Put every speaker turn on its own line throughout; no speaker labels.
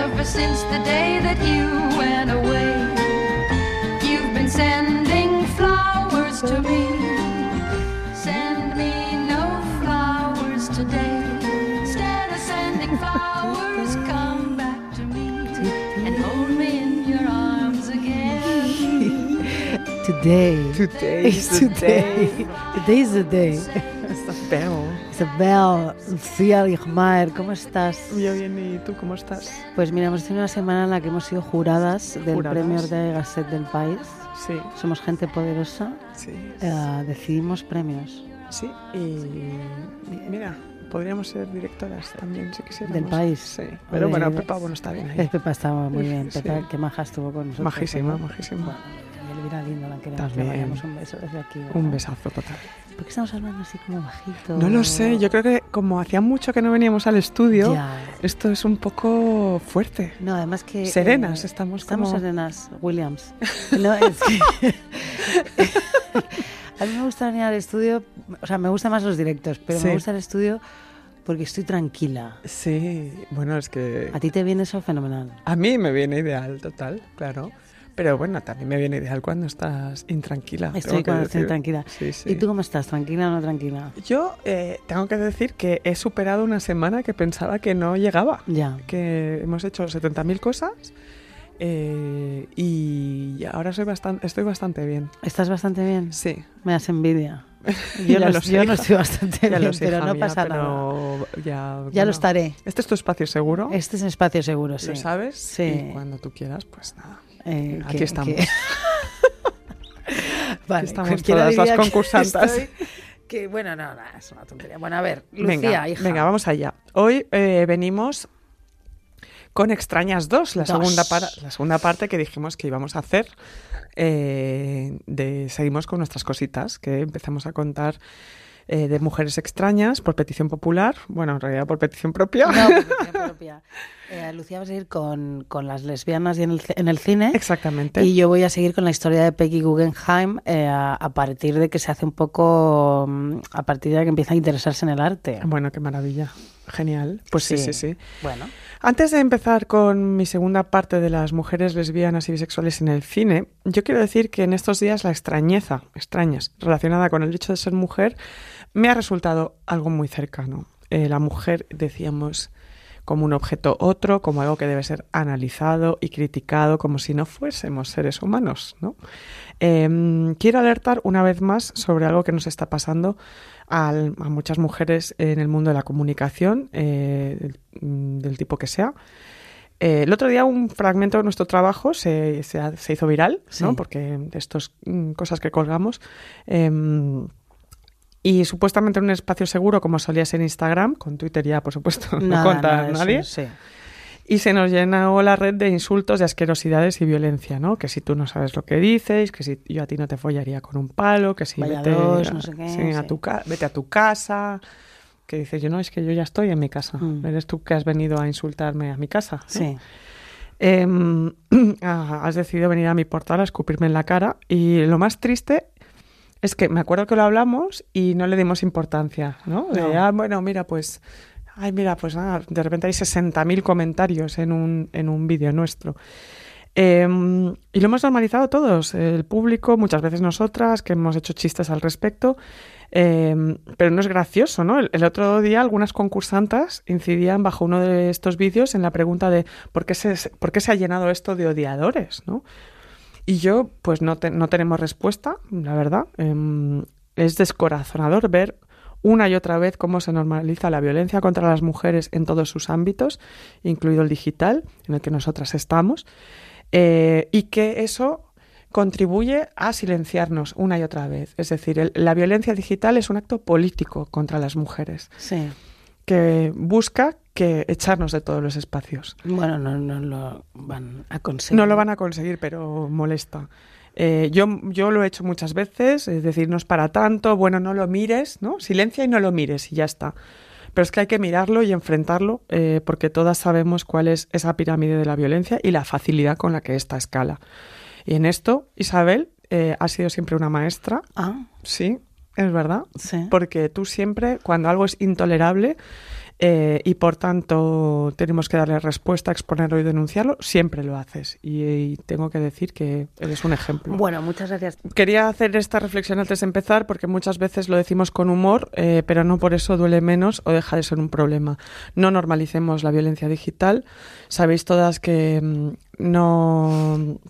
Ever since the day that you went away, you've been sending flowers to me. Send me no flowers today. Instead of sending flowers, come back to me and hold me in your arms again.
Today.
Today's the day.
Today is the day.
Isabel.
Isabel, Lucía Ligmaer, ¿cómo estás?
Yo bien, ¿y tú cómo estás?
Pues mira, hemos tenido una semana en la que hemos sido juradas del
Juradas.
premio de Gasset del país.
Sí,
Somos gente poderosa.
sí.
eh, decidimos premios
Sí, y y mira, podríamos ser directoras también, si quisiéramos.
del país.
Sí, pero bueno,
De-
Pepa, bueno, está bien
Eh,
ahí.
Pepa estaba muy bien.
Sí.
Pepa, qué maja estuvo con nosotros.
Majísima,
¿no? Bueno,
majísima.
y Elvira Lindo, la queremos. Le
También.
mandamos un beso desde aquí. ¿verdad?
Un besazo total.
¿Por qué estamos hablando así como bajito?
No lo sé, yo creo que como hacía mucho que no veníamos al estudio,
Ya.
esto es un poco fuerte.
No, además que...
Serenas,
eh,
estamos
Estamos
como-
serenas, Williams. No, es que... a mí me gusta venir al estudio, o sea, me gustan más los directos, pero
Sí.
me gusta el estudio porque estoy tranquila.
Sí, bueno, es que
A ti te viene eso fenomenal.
a mí me viene ideal, total, claro. Pero bueno, también me viene ideal cuando estás intranquila. tengo
Estoy
que
cuando estoy
decir.
tranquila.
Sí, sí.
¿Y tú cómo estás? ¿Tranquila o no tranquila?
Yo eh, tengo que decir que he superado una semana que pensaba que no llegaba.
Ya.
Que hemos hecho 70.000 cosas eh, y ahora soy bastan- estoy bastante bien.
¿Estás bastante bien?
Sí.
Me das envidia.
Ya
Yo, no,
lo
yo
sé,
no
hija.
estoy bastante
Ya
bien,
lo sé,
pero
hija
no
mía,
pasa
pero
nada.
Ya,
Ya
bueno.
lo estaré.
Este es tu espacio seguro.
Este es un espacio seguro, sí.
Lo sabes.
Sí.
Y cuando tú quieras, pues nada.
Eh,
Aquí
que-
estamos.
que- Vale,
estamos
cualquiera
todas las
diría que
concursantas.
estoy- que bueno, no, no, es una tontería. Bueno, a ver, Lucía,
venga,
hija.
venga, vamos allá. Hoy eh, venimos con Extrañas 2, la,
Dos.
Segunda, para- la segunda parte que dijimos que íbamos a hacer. eh, de, seguimos con nuestras cositas que empezamos a contar eh, de mujeres extrañas por petición popular. Bueno, en realidad por petición propia.
No, propia, propia. Eh, Lucía va a seguir con, con las lesbianas y en el, c- en el cine.
Exactamente.
Y yo voy a seguir con la historia de Peggy Guggenheim eh, a, a partir de que se hace un poco. mm, a partir de que empieza a interesarse en el arte.
Bueno, qué maravilla. Genial. Pues sí, sí, sí.
Bueno,
Antes de empezar con mi segunda parte de las mujeres lesbianas y bisexuales en el cine, yo quiero decir que en estos días la extrañeza, extrañas, relacionada con el hecho de ser mujer, me ha resultado algo muy cercano. Eh, la mujer, decíamos, como un objeto otro, como algo que debe ser analizado y criticado, como si no fuésemos seres humanos, ¿no? Eh, quiero alertar una vez más sobre algo que nos está pasando al- a muchas mujeres en el mundo de la comunicación, eh, del, mm, del tipo que sea. Eh, el otro día un fragmento de nuestro trabajo se, se ha- se hizo viral, ¿no?
Sí.
porque de estas mm, cosas que colgamos. em, y supuestamente en un espacio seguro, como solía ser Instagram, con Twitter ya, por supuesto, no
nada,
cuenta
nada de eso,
nadie
sí.
y se nos llenó la red de insultos, de asquerosidades y violencia, ¿no? Que si tú no sabes lo que dices, que si yo a ti no te follaría con un palo, que si
Vaya
vete,
dos,
a,
no sé qué,
sí, a
sí.
tu ca- vete a tu casa, que dices yo no, es que yo ya estoy en mi casa,
Mm.
eres tú que has venido a insultarme a mi casa. ¿no?
Sí.
Em, ah, has decidido venir a mi portal a escupirme en la cara y lo más triste es que me acuerdo que lo hablamos y no le dimos importancia, ¿no? De,
No.
ah, bueno, mira, pues, ay, mira, pues ah, de repente hay 60.000 comentarios en un, en un vídeo nuestro. Em, y lo hemos normalizado todos, el público, muchas veces nosotras, que hemos hecho chistes al respecto, Em, pero no es gracioso, ¿no? El, el otro día algunas concursantas incidían bajo uno de estos vídeos en la pregunta de ¿por qué se, por qué se ha llenado esto de odiadores, ¿no? Y yo, pues no, te- no tenemos respuesta, la verdad. Em, es descorazonador ver una y otra vez cómo se normaliza la violencia contra las mujeres en todos sus ámbitos, incluido el digital, en el que nosotras estamos, eh, y que eso contribuye a silenciarnos una y otra vez. Es decir, el- la violencia digital es un acto político contra las mujeres,
Sí.
que busca que echarnos de todos los espacios.
Bueno, no, no lo van a conseguir.
No lo van a conseguir, pero molesta. Eh, yo, yo lo he hecho muchas veces, es decir, no es para tanto, bueno, no lo mires, ¿no? Silencia y no lo mires y ya está. Pero es que hay que mirarlo y enfrentarlo eh, porque todas sabemos cuál es esa pirámide de la violencia y la facilidad con la que esta escala. Y en esto, Isabel eh, ha sido siempre una maestra.
Ah,
Sí, es verdad.
sí.
Porque tú siempre, cuando algo es intolerable eh, y por tanto tenemos que darle respuesta, exponerlo y denunciarlo, siempre lo haces. Y, y tengo que decir que eres un ejemplo.
Bueno, muchas gracias.
Quería hacer esta reflexión antes de empezar porque muchas veces lo decimos con humor, eh, pero no por eso duele menos o deja de ser un problema. No normalicemos la violencia digital. Sabéis todas que mm, no,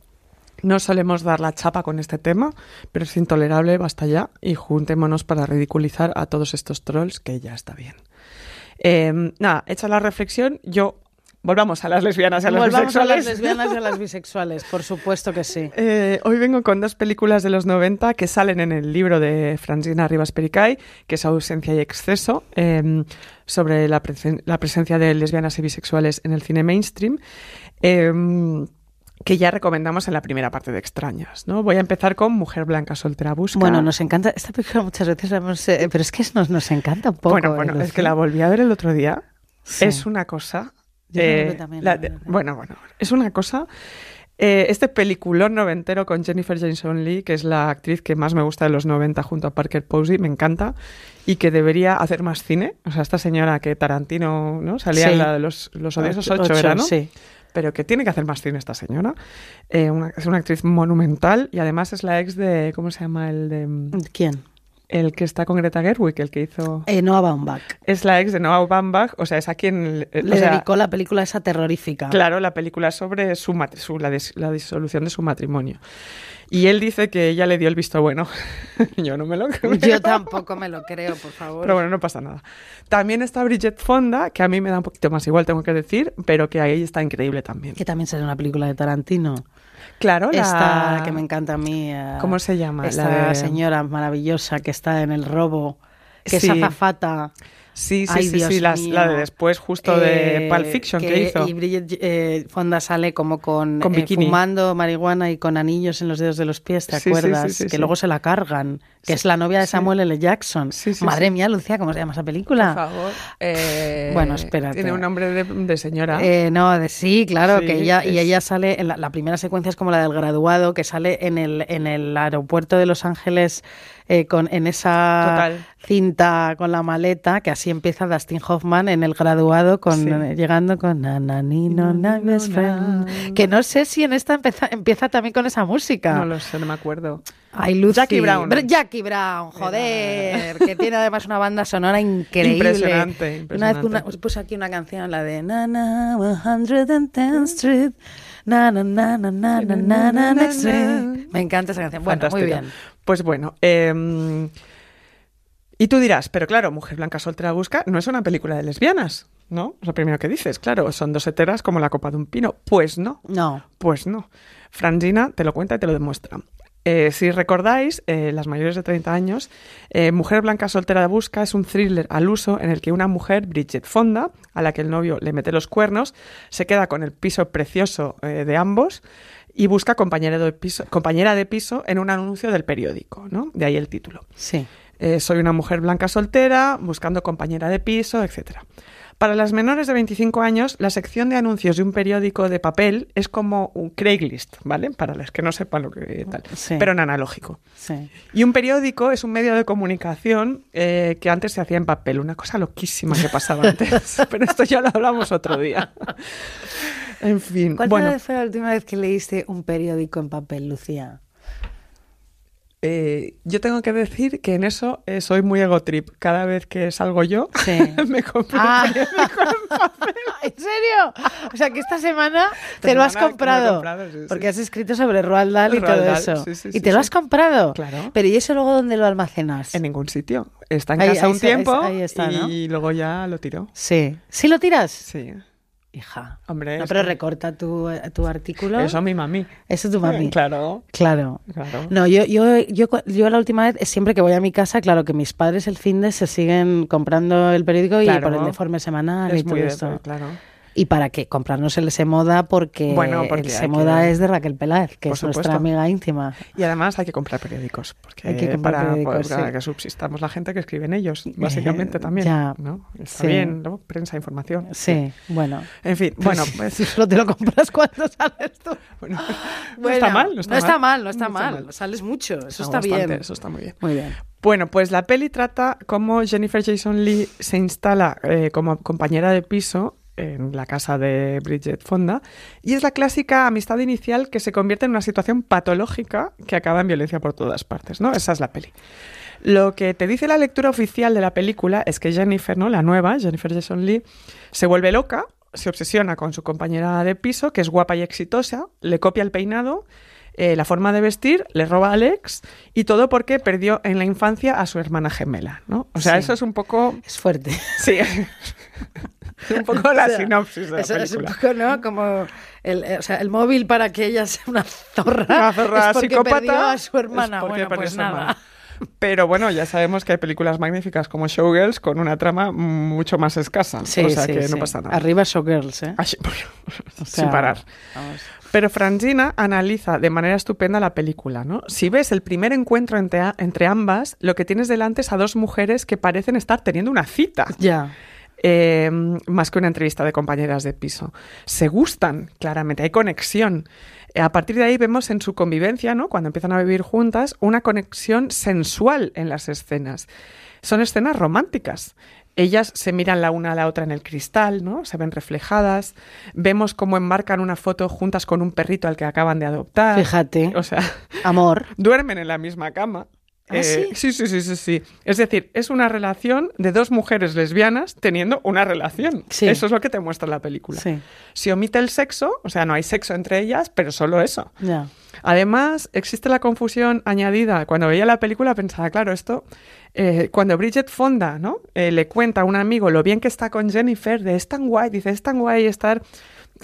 no solemos dar la chapa con este tema, pero es intolerable, basta ya, y juntémonos para ridiculizar a todos estos trolls, que ya está bien. Eh, nada, hecha la reflexión, yo... Volvamos a las lesbianas y a las
Volvamos a las
bisexuales.
lesbianas y a las bisexuales, por supuesto que sí.
Eh, hoy vengo con dos películas de los 90 que salen en el libro de Francina Rivas Pericay, que es Ausencia y Exceso, eh, sobre la, presen- la presencia de lesbianas y bisexuales en el cine mainstream. eh, que ya recomendamos en la primera parte de Extrañas, ¿no? Voy a empezar con Mujer Blanca Soltera Busca.
Bueno, nos encanta. Esta película muchas veces la hemos, eh, pero es que nos, nos encanta un poco.
Bueno,
eh,
bueno, es
Lucía.
que la volví a ver el otro día.
Sí.
Es una cosa.
Yo creo
eh,
que también
la-
la verdad.
bueno, bueno, es una cosa. eh, este peliculón noventero con Jennifer Jason Lee, que es la actriz que más me gusta de los 90 junto a Parker Posey, me encanta, y que debería hacer más cine. O sea, esta señora que Tarantino ¿no? salía en
Sí.
la de los, los odiosos
Ocho-
ocho,
ocho,
era, ¿no?
Sí.
pero que tiene que hacer más cine esta señora. Eh, una- es una actriz monumental y además es la ex de, ¿cómo se llama? El, de,
¿Quién?
el que está con Greta Gerwig, el que hizo...
Eh, Noah Baumbach.
Es la ex de Noah Baumbach, o sea, es a quien... eh,
Le
o sea,
dedicó la película esa terrorífica.
Claro, la película es sobre su, matri- su- la, dis- la disolución de su matrimonio. Y él dice que ella le dio el visto bueno. Yo no me lo creo.
Yo tampoco me lo creo, por favor.
Pero bueno, no pasa nada. También está Bridget Fonda, que a mí me da un poquito más igual, tengo que decir, pero que ahí está increíble también.
Que también será una película de Tarantino.
Claro, la...
Esta que me encanta a mí. eh,
¿Cómo se llama?
Esta
La de-
señora maravillosa que está en el robo, que
Sí.
es azafata.
Sí, sí,
Ay,
sí,
Dios
sí, las- la de
mío.
después justo de
Eh,
Pulp Fiction que, hizo.
Y Bridget eh, Fonda sale como con,
Con
eh,
bikini.
fumando marihuana y con anillos en los dedos de los pies, ¿te
Sí, sí, sí,
acuerdas?
sí, sí.
que luego se la cargan, que es la novia de
sí.
Samuel L. Jackson.
Sí, sí,
Madre
sí.
mía, Lucía, ¿cómo se llama esa
Por
película?
favor. eh,
Bueno, espérate.
Tiene un nombre de, de señora.
Eh, no, de sí, claro,
Sí,
que ella y
es-
ella sale en la, la primera secuencia es como la del graduado que sale en el en el aeropuerto de Los Ángeles eh, con en esa
Total.
cinta con la maleta que así empieza Dustin Hoffman en el graduado con
Sí.
eh, llegando con na, na, ni, no, na, best friend. que no sé si en esta empeza- empieza también con esa música.
no lo sé, no me acuerdo.
Ay, Lucy.
Jackie Brown.
Pero Jackie Brown, joder. que tiene además una banda sonora increíble.
Impresionante,
Una vez
impresionante.
una- os puse aquí una canción, la de Na na 110th Street. Na na na na na na na na next street. Me encanta esa canción. Bueno, muy
Fantástica.
bien.
Pues bueno. eh, y tú dirás, pero claro, Mujer Blanca Soltera Busca no es una película de lesbianas, ¿no? Es lo primero que dices, claro, son dos heteras como la copa de un pino. Pues no,
No.
pues no. Frangina te lo cuenta y te lo demuestra. Eh, si recordáis, eh, las mayores de 30 años, eh, Mujer Blanca Soltera Busca es un thriller al uso en el que una mujer, Bridget Fonda, a la que el novio le mete los cuernos, se queda con el piso precioso eh, de ambos y busca compañera de, piso, compañera de piso en un anuncio del periódico, ¿no? De ahí el título.
Sí.
Eh, soy una mujer blanca soltera, buscando compañera de piso, etc. Para las menores de 25 años, la sección de anuncios de un periódico de papel es como un Craigslist, ¿vale? Para los que no sepan lo que tal,
Sí.
pero en analógico.
Sí.
Y un periódico es un medio de comunicación eh, que antes se hacía en papel, una cosa loquísima que pasaba antes, pero esto ya lo hablamos otro día. En fin,
¿Cuál
bueno,
fue la última vez que leíste un periódico en papel, Lucía?
eh, yo tengo que decir que en eso eh, soy muy egotrip. Cada vez que salgo yo,
Sí.
me compro un
Ah.
periódico.
¿En serio? O sea, que esta semana te
Esta
lo has
semana me lo he
comprado.
comprado, sí, sí.
porque has escrito sobre Roald Dahl y
Roald
todo
Dahl,
eso.
sí, sí,
y
sí,
te lo
sí.
has comprado.
Claro.
Pero ¿y eso luego dónde lo almacenas?
En ningún sitio. Está en
Ahí-
casa
ahí
un
se- ahí-
tiempo
ahí está, ¿no?
y luego ya lo tiró.
Sí. ¿Sí lo tiras?
Sí.
Hija.
Hombre,
No,
es
pero
que-
recorta tu, eh, tu artículo.
Eso mi mami.
Eso es tu mami.
Eh, Claro,
Claro.
claro.
No, yo, yo, yo, cu- yo la última vez, eh, siempre que voy a mi casa, claro que mis padres el fin de se siguen comprando el periódico y
Claro.
por el informe semanal y
es
todo
muy de-
esto.
claro.
¿Y para qué? Comprarnos el Se Moda porque,
Bueno, porque
el
hay
Se Moda
que-
es de Raquel Peláez, que
Por
es nuestra
supuesto.
amiga íntima.
Y además hay que comprar periódicos, porque
Hay que comprar
para,
periódicos,
pues, para
sí.
que subsistamos la gente que escribe en ellos, básicamente
Eh,
también.
ya.
¿no? Está
Sí.
bien, ¿no? prensa, información.
Sí, bueno.
En fin, bueno, pues,
Si solo te lo compras cuando sales tú.
bueno, no
Bueno,
está mal. No está,
mal, no está mal.
mal.
Sales mucho, eso
No,
está
bastante,
bien.
Eso está muy bien.
Muy bien.
Bueno, pues la peli trata cómo Jennifer Jason Lee se instala eh, como compañera de piso en la casa de Bridget Fonda y es la clásica amistad inicial que se convierte en una situación patológica que acaba en violencia por todas partes, ¿no? Esa es la peli. Lo que te dice la lectura oficial de la película es que Jennifer, ¿no? La nueva, Jennifer Jason Lee, se vuelve loca, se obsesiona con su compañera de piso, que es guapa y exitosa, le copia el peinado, eh, la forma de vestir, le roba a Alex, y todo porque perdió en la infancia a su hermana gemela, ¿no? O sea,
Sí.
eso es un poco...
Es fuerte.
Sí. es un poco la
O sea,
sinopsis de la
eso
película.
es un poco, ¿no? Como el, eh, o sea, el móvil para que ella sea una zorra.
una zorra
es porque
psicópata
perdió a su
es
hermana.
porque
Bueno,
perdió a
pues
su hermana.
nada.
Pero bueno, ya sabemos que hay películas magníficas como Showgirls con una trama mucho más escasa.
Sí,
o sea
sí,
que no
sí.
pasa nada.
Arriba Showgirls, ¿eh?
Así,
O
sin
sea,
parar.
vamos.
Pero Frangina analiza de manera estupenda la película, ¿no? Si ves el primer encuentro entre, a- entre ambas, lo que tienes delante es a dos mujeres que parecen estar teniendo una cita
Ya.
eh, más que una entrevista de compañeras de piso. Se gustan, claramente, hay conexión. Eh, A partir de ahí vemos en su convivencia, ¿no? cuando empiezan a vivir juntas, una conexión sensual en las escenas. Son escenas románticas. Ellas se miran la una a la otra en el cristal, ¿no? Se ven reflejadas. Vemos cómo enmarcan una foto juntas con un perrito al que acaban de adoptar.
Fíjate.
O sea,
Amor.
duermen en la misma cama. Eh,
¿Ah,
sí, sí, sí, sí, sí. Es decir, es una relación de dos mujeres lesbianas teniendo una relación.
Sí.
Eso es lo que te muestra la película.
Sí.
Se omite el sexo, o sea, no hay sexo entre ellas, pero solo eso.
Ya.
Además, existe la confusión añadida. Cuando veía la película pensaba, claro, esto, eh, cuando Bridget Fonda ¿no? Eh, le cuenta a un amigo lo bien que está con Jennifer, de es tan guay, dice, es tan guay estar,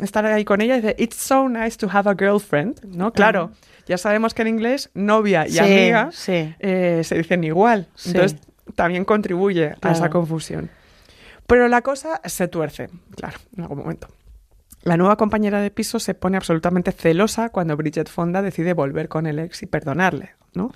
estar ahí con ella, dice, it's so nice to have a girlfriend, ¿no? Claro, ya sabemos que en inglés novia y
Sí,
amiga
sí.
eh, se dicen igual,
Sí.
entonces también contribuye a esa
Claro.
confusión. Pero la cosa se tuerce, claro, en algún momento. La nueva compañera de piso se pone absolutamente celosa cuando Bridget Fonda decide volver con el ex y perdonarle, ¿no?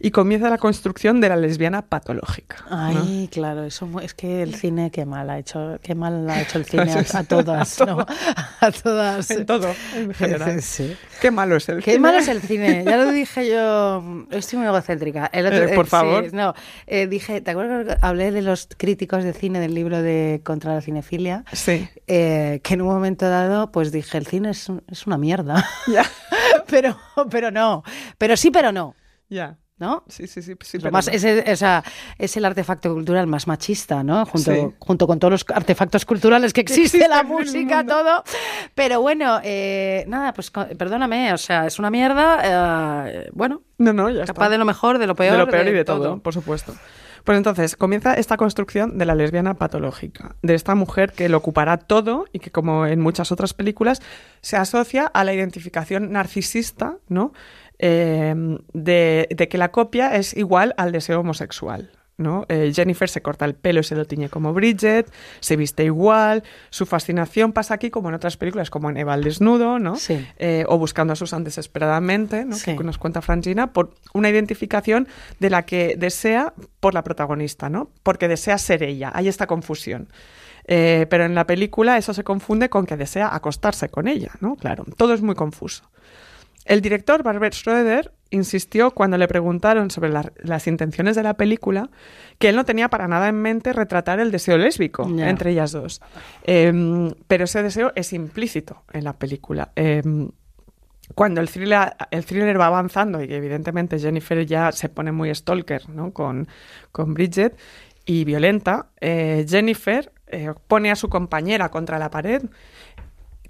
Y comienza la construcción de la lesbiana patológica. ¿no?
Ay, claro, eso mu- es que el cine qué mal ha hecho, qué mal ha hecho el cine a, a todas, ¿no? A todas.
En todo, en general.
Sí.
Qué malo es el
Qué
cine.
malo es el cine. Ya lo dije yo. mm, Estoy muy egocéntrica. El
Eh, por
sí,
favor.
no, eh, dije, ¿te acuerdas que hablé de los críticos de cine del libro de Contra la cinefilia?
Sí.
Eh, que en un momento dado, pues dije, el cine es, un- es una mierda.
Ya,
pero, pero no. Pero sí, pero no.
ya.
¿No?
Sí, sí, sí. sí,
Lo
pero
más-
no.
es, el, o sea, es el artefacto cultural más machista, ¿no? Junto,
Sí.
junto con todos los artefactos culturales que existe,
existen
la
en el
música,
mundo.
todo. Pero bueno, eh, nada, pues co- perdóname, o sea, es una mierda. eh, bueno,
No, no, ya
capaz
está.
de lo mejor, de lo peor.
de lo peor y de todo, por supuesto. Pues entonces, comienza esta construcción de la lesbiana patológica, de esta mujer que lo ocupará todo y que, como en muchas otras películas, se asocia a la identificación narcisista, ¿no? Eh, de, de que la copia es igual al deseo homosexual. ¿no? Eh, Jennifer se corta el pelo y se lo tiñe como Bridget, se viste igual, su fascinación pasa aquí como en otras películas, como en Eva al desnudo, ¿no?
Sí.
Eh, o buscando a Susan desesperadamente, ¿no?
Sí.
que nos cuenta Frangina, por una identificación de la que desea por la protagonista, ¿no? Porque desea ser ella, hay esta confusión. Eh, pero en la película eso se confunde con que desea acostarse con ella, ¿no? Claro, todo es muy confuso. El director Barbet Schroeder insistió cuando le preguntaron sobre la- las intenciones de la película que él no tenía para nada en mente retratar el deseo lésbico
Ya.
entre ellas dos. Em, pero ese deseo es implícito en la película. Em, cuando el thriller, el thriller va avanzando y evidentemente Jennifer ya se pone muy stalker ¿no? con, con Bridget y violenta, eh, Jennifer eh, pone a su compañera contra la pared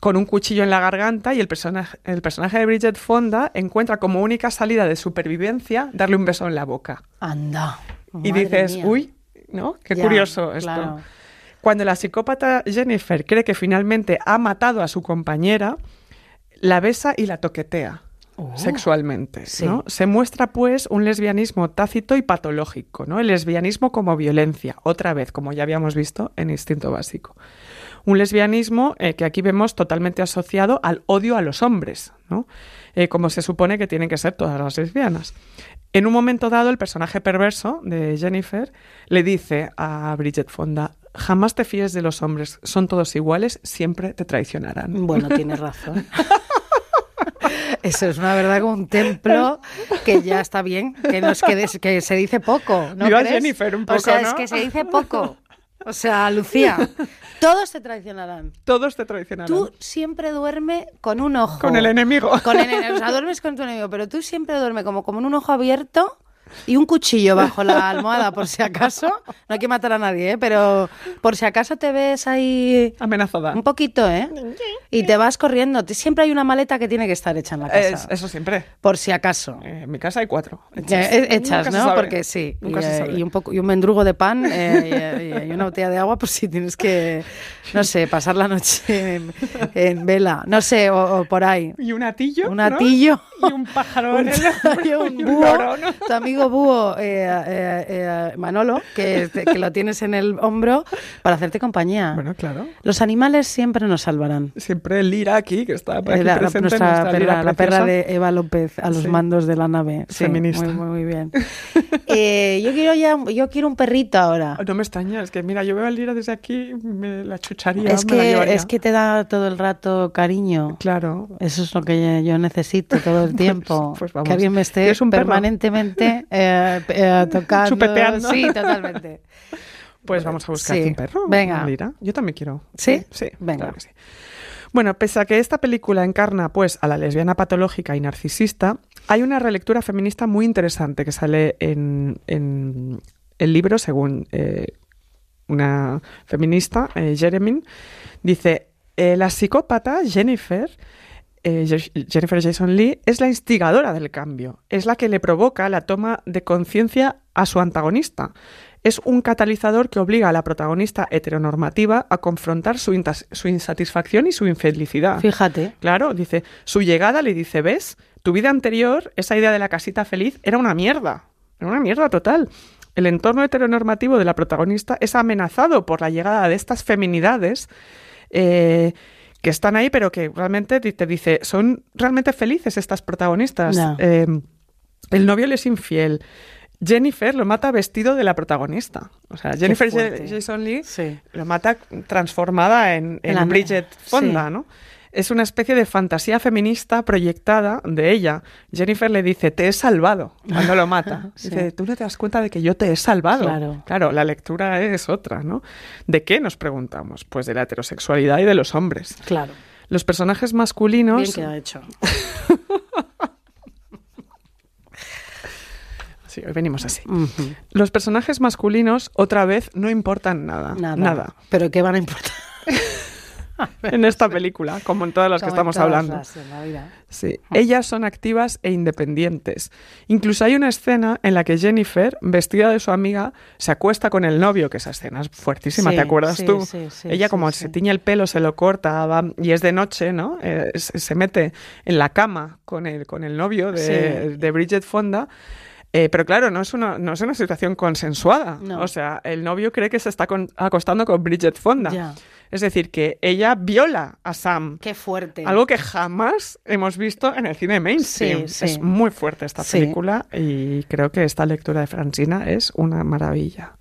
con un cuchillo en la garganta y el personaje, el personaje de Bridget Fonda encuentra como única salida de supervivencia darle un beso en la boca.
Anda.
y
Oh, madre
dices,
mía.
uy, ¿no? Qué
Ya,
curioso esto.
claro.
Cuando la psicópata Jennifer cree que finalmente ha matado a su compañera, la besa y la toquetea sexualmente.
Oh, sí.
¿no? Se muestra pues un lesbianismo tácito y patológico, ¿no? El lesbianismo como violencia, otra vez, como ya habíamos visto en Instinto Básico. un lesbianismo eh, que aquí vemos totalmente asociado al odio a los hombres, ¿no? Eh, como se supone que tienen que ser todas las lesbianas. En un momento dado, el personaje perverso de Jennifer le dice a Bridget Fonda, jamás te fíes de los hombres, son todos iguales, siempre te traicionarán.
Bueno, tienes razón. Eso es una verdad como un templo que ya está bien, que nos quedes, que se dice poco, ¿no
Viva
crees?
Jennifer un poco,
O sea, es
¿no?
que se dice poco. O sea, Lucía, todos te traicionarán.
Todos te traicionarán.
Tú siempre duerme con un ojo.
Con el enemigo.
Con el enemigo. O sea, duermes con tu enemigo, pero tú siempre duerme como con un ojo abierto y un cuchillo bajo la almohada, por si acaso. No hay que matar a nadie, ¿eh? pero por si acaso te ves ahí
Amenazada.
un poquito, ¿eh? Y te vas corriendo. Te- Siempre hay una maleta que tiene que estar hecha en la casa.
Es- eso siempre.
Por si acaso.
Eh, en mi casa hay cuatro.
Ya, e- Hechas,
Nunca se
¿no?
sabe.
Porque sí. Y,
Nunca se
eh,
sabe.
y un poco, y un mendrugo de pan eh, y, y una botella de agua por si tienes que, no sé, pasar la noche en, en vela. No sé, o, o por ahí.
Y un atillo.
Un
¿no?
atillo.
Y un pájaro en el
y
hombro
un
y
búho,
loro, ¿no?
tu amigo búho eh, eh, eh, Manolo, que, te- que lo tienes en el hombro para hacerte compañía.
Bueno, claro.
Los animales siempre nos salvarán.
Siempre Lira aquí, Ah, que está por
Eh,
aquí
la, la-
presente,
nuestra
nuestra Lira
perra, la perra
preciosa.
de Eva López a los
Sí.
mandos de la nave. Sí,
Feminista.
Muy, muy, muy bien. Eh, yo quiero ya, yo quiero un perrito ahora.
Ah, No me extraña, es que mira, yo veo a Lira desde aquí, me la chucharía,
Es
me la
que,
llevaría.
es que te da todo el rato cariño.
Claro.
Eso es lo que yo necesito todo el tiempo.
pues vamos.
Que alguien me esté
¿Quieres un perro?
permanentemente eh, p- eh, tocando.
Chupeteando.
Sí, totalmente.
Pues vamos a buscar
Eh, sí.
aquí un perro.
Venga.
Lira. Yo también quiero.
¿Sí?
Sí,
Venga.
claro que sí. Bueno, pese a que esta película encarna pues a la lesbiana patológica y narcisista, hay una relectura feminista muy interesante que sale en, en el libro según eh, una feminista, eh, Jeremin, dice, eh, la psicópata Jennifer, eh, Je- Jennifer Jason Lee, es la instigadora del cambio, es la que le provoca la toma de conciencia a su antagonista. Es un catalizador que obliga a la protagonista heteronormativa a confrontar su, intas- su insatisfacción y su infelicidad.
Fíjate.
Claro, dice, su llegada le dice, ¿ves? Tu vida anterior, esa idea de la casita feliz, era una mierda, era una mierda total. El entorno heteronormativo de la protagonista es amenazado por la llegada de estas feminidades eh, que están ahí, pero que realmente di- te dice, son realmente felices estas protagonistas.
No.
Eh, el novio le es infiel. Jennifer lo mata vestido de la protagonista. O sea, Jennifer Ja-
fuerte.
Jason Lee
Sí.
lo mata transformada en, en
En la-
Bridget Fonda,
sí.
¿no? Es una especie de fantasía feminista proyectada de ella. Jennifer le dice, te he salvado cuando lo mata.
Sí.
Dice, tú no te das cuenta de que yo te he salvado.
Claro.
la lectura es otra, ¿no? ¿De qué nos preguntamos? Pues de la heterosexualidad y de los hombres.
Claro.
Los personajes masculinos...
Bien queda hecho.
Sí, hoy venimos así. Los personajes masculinos, otra vez, no importan nada.
Nada.
Ah, Nada.
Pero qué van a importar.
En esta película, como en todas las que
Como en
estamos
todas
hablando.
las de la vida.
Sí, ellas son activas e independientes. Incluso hay una escena en la que Jennifer, vestida de su amiga, se acuesta con el novio, que esa escena es fuertísima,
Sí,
¿te acuerdas
sí,
tú?
sí, sí,
Ella
sí,
como
sí.
se tiñe el pelo, se lo corta va- y es de noche, ¿no? Eh, se, se mete en la cama con el, con el novio de,
Sí.
de Bridget Fonda. Eh, pero claro, no es, una, no es una situación consensuada.
No.
O sea, el novio cree que se está con- acostando con Bridget Fonda.
Ya.
Es decir, que ella viola a Sam.
Qué fuerte.
Algo que jamás hemos visto en el cine
Sí,
mainstream.
sí.
Es muy fuerte esta
Sí.
película y creo que esta lectura de Francina es una maravilla.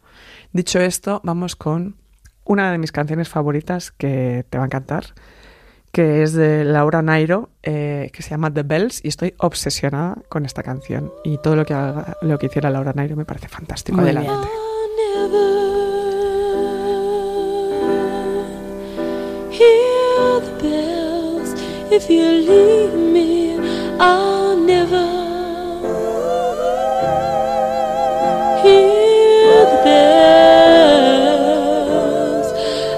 Dicho esto, vamos con una de mis canciones favoritas que te va a encantar, que es de Laura Nairo, eh, que se llama The Bells y estoy obsesionada con esta canción y todo lo que, haga- lo que hiciera Laura Nairo me parece fantástico.
Muy
Adelante.
bien.
Hear the bells. If you leave me, I'll never hear the bells.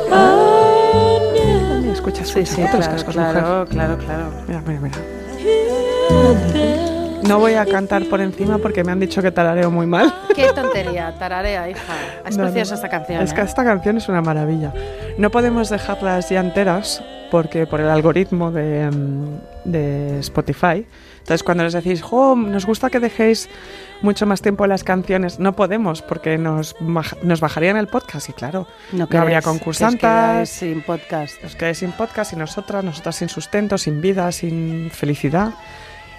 I'll never
Escucha,
Sí,
escucha,
sí,
no te los
claro,
cascos, mujer.
claro, claro, claro.
Mira, mira, mira.
hear the bells.
No voy a cantar por encima porque me han dicho que talareo muy mal.
Qué tontería, tararea, hija. Es
No, no.
preciosa esta canción.
Es que
¿eh?
esta canción es una maravilla. No podemos dejarlas ya enteras porque por el algoritmo de, mm, de Spotify. Entonces, cuando les decís, "Jo, nos gusta que dejéis mucho más tiempo las canciones, no podemos porque nos, baja- nos bajarían el podcast. Y claro, no, habría
queréis, que os quedáis
concursantas,
sin podcast.
nos quedáis sin podcast, sin nosotras, nosotras sin sustento, sin vida, sin felicidad.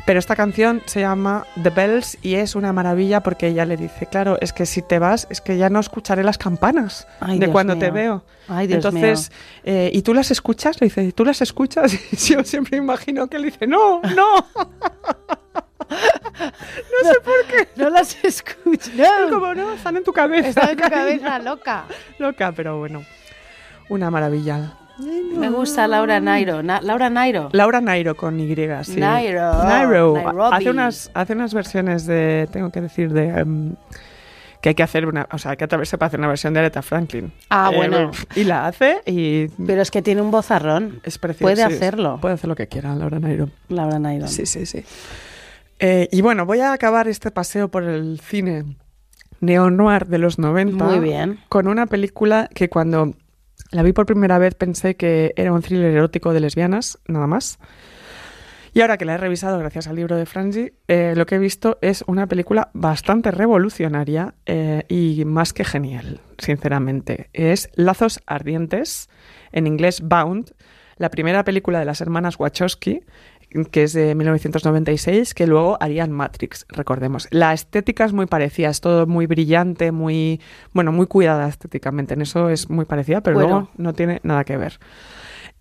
Pero esta canción se llama The Bells y es una maravilla porque ella le dice, claro, es que si te vas, es que ya no escucharé las campanas
Ay,
de
Dios
cuando te
mío.
veo.
Ay, Dios
Entonces, eh, ¿y tú las escuchas? Le dice, ¿y ¿tú las escuchas? Y yo siempre imagino que él dice, no, no.
No las escucho. No.
Como no, están en tu cabeza.
Está en tu
cariño".
cabeza loca.
Loca, pero bueno. Una maravilla.
Me gusta Laura Nairo. Na- Laura Nairo.
Laura Nairo con Y, sí.
Nairo,
Nairo.
Nairobi.
Hace unas, hace unas versiones de, tengo que decir, de... em, que hay que hacer una, o sea, hay que atreverse para hacer una versión de Aretha Franklin.
Ah,
Eh,
bueno.
Y la hace y
Pero es que tiene un bozarrón.
es preciosa.
Puede
sí,
hacerlo.
Puede hacer lo que quiera Laura Nairo.
Laura Nairo.
Sí, sí, sí. Eh, y bueno, voy a acabar este paseo por el cine neo-noir de los 90
Muy bien.
con una película que cuando la vi por primera vez pensé que era un thriller erótico de lesbianas, nada más. Y ahora que la he revisado gracias al libro de Frangi, eh, lo que he visto es una película bastante revolucionaria eh, y más que genial, sinceramente. Es Lazos Ardientes, en inglés Bound, la primera película de las hermanas Wachowski, que es de 1996, que luego harían Matrix, recordemos. La estética es muy parecida, es todo muy brillante, muy, bueno, muy cuidada estéticamente. En eso es muy parecida, pero
Bueno.
luego no tiene nada que ver.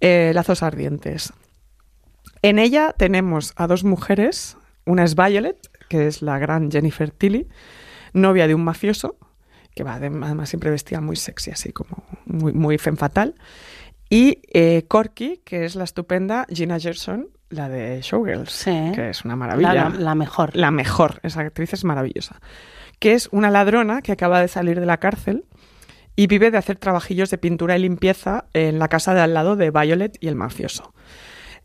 Eh, Lazos Ardientes. En ella tenemos a dos mujeres. Una es Violet, que es la gran Jennifer Tilly, novia de un mafioso, que va de- además siempre vestida muy sexy, así como muy, muy femme fatal. Y eh, Corky, que es la estupenda Gina Gerson, la de Showgirls,
Sí.
que es una maravilla.
La, la- la mejor.
La mejor, esa actriz es maravillosa. Que es una ladrona que acaba de salir de la cárcel y vive de hacer trabajillos de pintura y limpieza en la casa de al lado de Violet y el mafioso.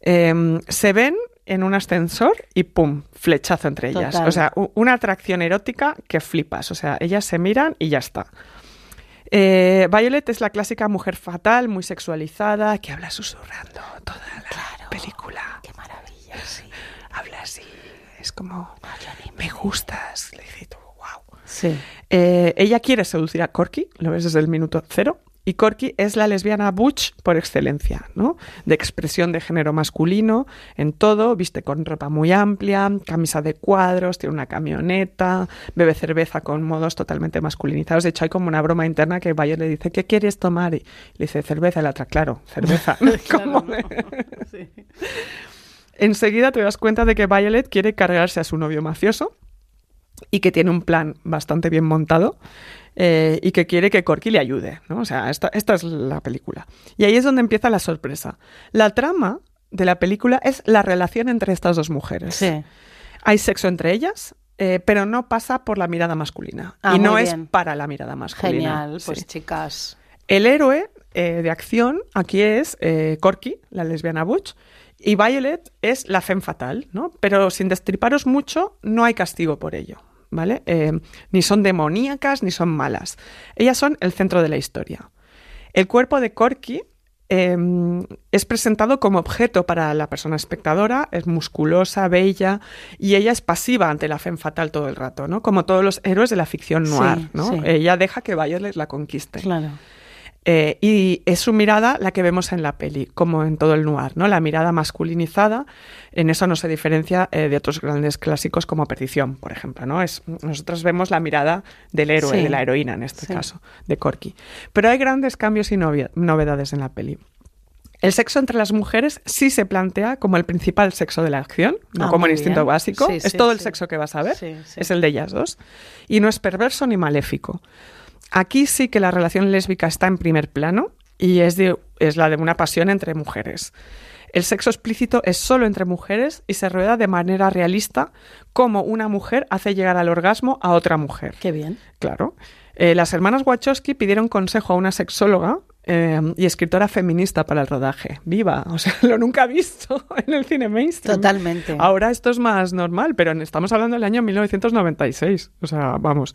Em, se ven en un ascensor y ¡pum! Flechazo entre ellas.
Total.
O sea, u- una atracción erótica que flipas. O sea, ellas se miran y ya está. Eh, Violet es la clásica mujer fatal, muy sexualizada, que habla susurrando toda la película. Qué maravilla, sí. Habla así, es como, me gustas, le dice tú, wow.
Sí.
Eh, ella quiere seducir a Corky, lo ves desde el minuto cero, y Corky es la lesbiana butch por excelencia, ¿no? De expresión de género masculino en todo, viste con ropa muy amplia, camisa de cuadros, tiene una camioneta, bebe cerveza con modos totalmente masculinizados. De hecho, hay como una broma interna que Bayer le dice, ¿qué quieres tomar? Y le dice, cerveza, y la otra, claro, cerveza. Como de- Enseguida te das cuenta de que Violet quiere cargarse a su novio mafioso y que tiene un plan bastante bien montado eh, y que quiere que Corky le ayude. ¿no? O sea, esta, esta es la película. Y ahí es donde empieza la sorpresa. La trama de la película es la relación entre estas dos mujeres.
Sí.
Hay sexo entre ellas, eh, pero no pasa por la mirada masculina.
Ah,
y no
muy
es
bien.
para la mirada masculina.
Genial. Pues
Sí.
chicas.
El héroe eh, de acción aquí es eh, Corky, la lesbiana Butch, y Violet es la femme fatal, ¿no? Pero sin destriparos mucho, no hay castigo por ello, ¿vale? Eh, ni son demoníacas, ni son malas. Ellas son el centro de la historia. El cuerpo de Corky eh, es presentado como objeto para la persona espectadora, es musculosa, bella, y ella es pasiva ante la femme fatal todo el rato, ¿no? Como todos los héroes de la ficción
Sí,
noir, ¿no?
sí.
Ella deja que Violet la conquiste.
Claro.
Eh, y es su mirada la que vemos en la peli, como en todo el noir, ¿no? La mirada masculinizada, en eso no se diferencia eh, de otros grandes clásicos como Perdición, por ejemplo, ¿no? Es, nosotros vemos la mirada del héroe,
Sí.
de la heroína en este
Sí.
caso, de Corky. Pero hay grandes cambios y novia- novedades en la peli. El sexo entre las mujeres sí se plantea como el principal sexo de la acción, no
Ah,
como el
muy
instinto
bien.
básico.
Sí,
es
sí,
todo el
sí.
sexo que vas a ver,
Sí, sí.
es el de ellas dos. Y no es perverso ni maléfico. Aquí sí que la relación lésbica está en primer plano y es, de- es la de una pasión entre mujeres. El sexo explícito es solo entre mujeres y se rueda de manera realista como una mujer hace llegar al orgasmo a otra mujer.
Qué bien.
Claro. Eh, las hermanas Wachowski pidieron consejo a una sexóloga eh, y escritora feminista para el rodaje. ¡Viva! O sea, lo nunca visto en el cine mainstream.
Totalmente.
Ahora esto es más normal, pero en- estamos hablando del año 1996. O sea, vamos.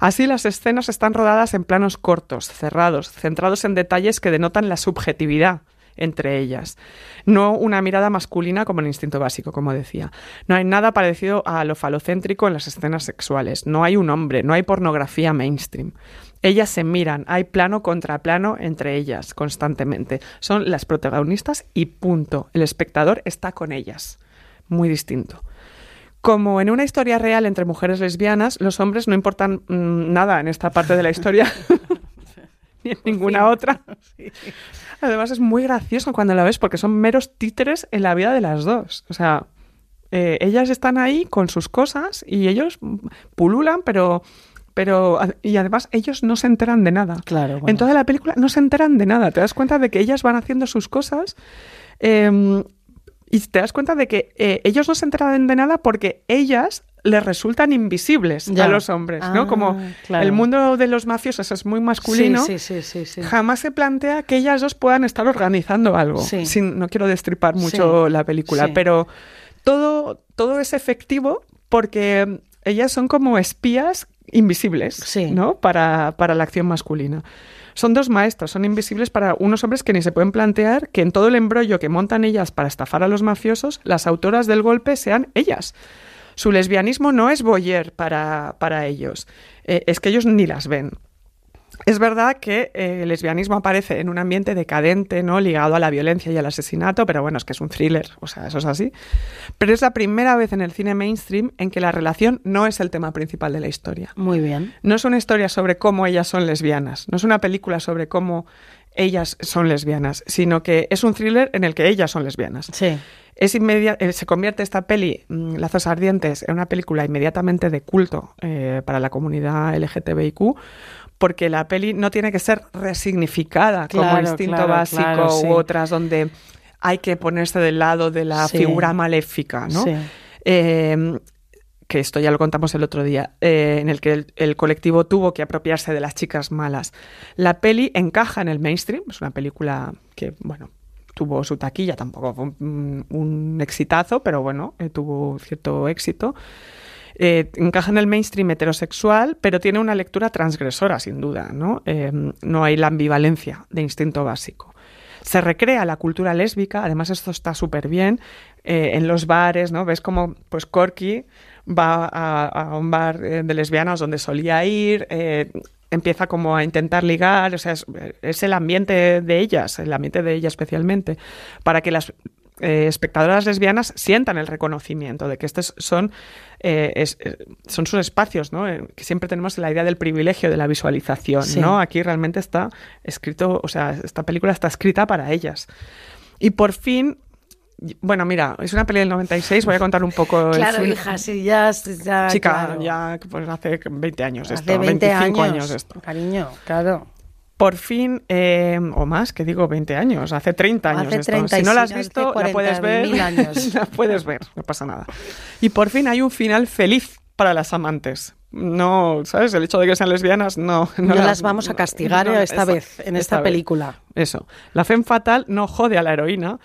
Así las escenas están rodadas en planos cortos, cerrados, centrados en detalles que denotan la subjetividad entre ellas. No una mirada masculina como el instinto básico, como decía. No hay nada parecido a lo falocéntrico en las escenas sexuales. No hay un hombre, no hay pornografía mainstream. Ellas se miran, hay plano contra plano entre ellas constantemente. Son las protagonistas y punto. El espectador está con ellas. Muy distinto. Como en una historia real entre mujeres lesbianas, los hombres no importan mm, nada en esta parte de la historia. Ni en ninguna otra. Además es muy gracioso cuando la ves porque son meros títeres en la vida de las dos. O sea, eh, ellas están ahí con sus cosas y ellos mm, pululan, pero, pero a- y además ellos no se enteran de nada.
Claro, bueno.
En toda la película no se enteran de nada. Te das cuenta de que ellas van haciendo sus cosas eh, y te das cuenta de que eh, ellos no se enteran de nada porque ellas les resultan invisibles
Ya.
a los hombres, ¿no?
Ah,
Como
claro.
el mundo de los mafiosos es muy masculino
Sí, sí, sí, sí. sí.
jamás se plantea que ellas dos puedan estar organizando algo.
Sí.
Sin- no quiero destripar mucho
Sí,
la película,
sí.
pero todo, todo es efectivo porque ellas son como espías invisibles
Sí.
¿no? para, para la acción masculina. Son dos maestras, son invisibles para unos hombres que ni se pueden plantear que en todo el embrollo que montan ellas para estafar a los mafiosos, las autoras del golpe sean ellas. Su lesbianismo no es boyer para, para ellos, Eh, es que ellos ni las ven. Es verdad que eh, el lesbianismo aparece en un ambiente decadente, ¿no? Ligado a la violencia y al asesinato, pero bueno, es que es un thriller, o sea, eso es así. Pero es la primera vez en el cine mainstream en que la relación no es el tema principal de la historia.
Muy bien.
No es una historia sobre cómo ellas son lesbianas, no es una película sobre cómo ellas son lesbianas, sino que es un thriller en el que ellas son lesbianas.
Sí.
Es inmedia- eh, se convierte esta peli, mm, Lazos Ardientes, en una película inmediatamente de culto eh, para la comunidad LGTBIQ, porque la peli no tiene que ser resignificada como
Claro,
instinto
claro,
básico
claro, sí.
u otras donde hay que ponerse del lado de la
Sí.
figura maléfica, ¿no?
Sí.
Eh, que esto ya lo contamos el otro día, eh, en el que el, el colectivo tuvo que apropiarse de las chicas malas. La peli encaja en el mainstream, es una película que, bueno, tuvo su taquilla, tampoco fue un, un exitazo, pero bueno, eh, tuvo cierto éxito. Eh, encaja en el mainstream heterosexual, pero tiene una lectura transgresora, sin duda, ¿no? Eh, no hay la ambivalencia de instinto básico. Se recrea la cultura lésbica, además esto está súper bien, eh, en los bares, ¿no? Ves como, pues, Corky va a, a un bar eh, de lesbianas donde solía ir, eh, empieza como a intentar ligar, o sea, es, es el ambiente de ellas, el ambiente de ella especialmente, para que las eh, espectadoras lesbianas sientan el reconocimiento de que estos son, eh, es- eh, son sus espacios, ¿no? Eh, que siempre tenemos la idea del privilegio de la visualización,
Sí.
¿no? Aquí realmente está escrito, o sea, esta película está escrita para ellas. Y por fin, y- bueno, mira, es una peli del 96, voy a contar un poco el
Claro,
fin.
hija, sí, ya. ya
Chica,
claro.
Pues, ya pues, hace 20 años
Hace
esto,
20
25
años,
años esto.
Cariño, claro.
Por fin, eh, o más, que digo 20 años, hace 30 años.
Hace
esto.
30
si no la has
y sí,
visto,
hace
la puedes ver.
40.000 años.
la puedes ver, no pasa nada. Y por fin hay un final feliz para las amantes. No, ¿sabes? El hecho de que sean lesbianas no.
No,
la-
las vamos a castigar eh,
no,
esta
esa-
vez, en esta,
vez.
película.
Eso. La femme fatal no jode a la heroína,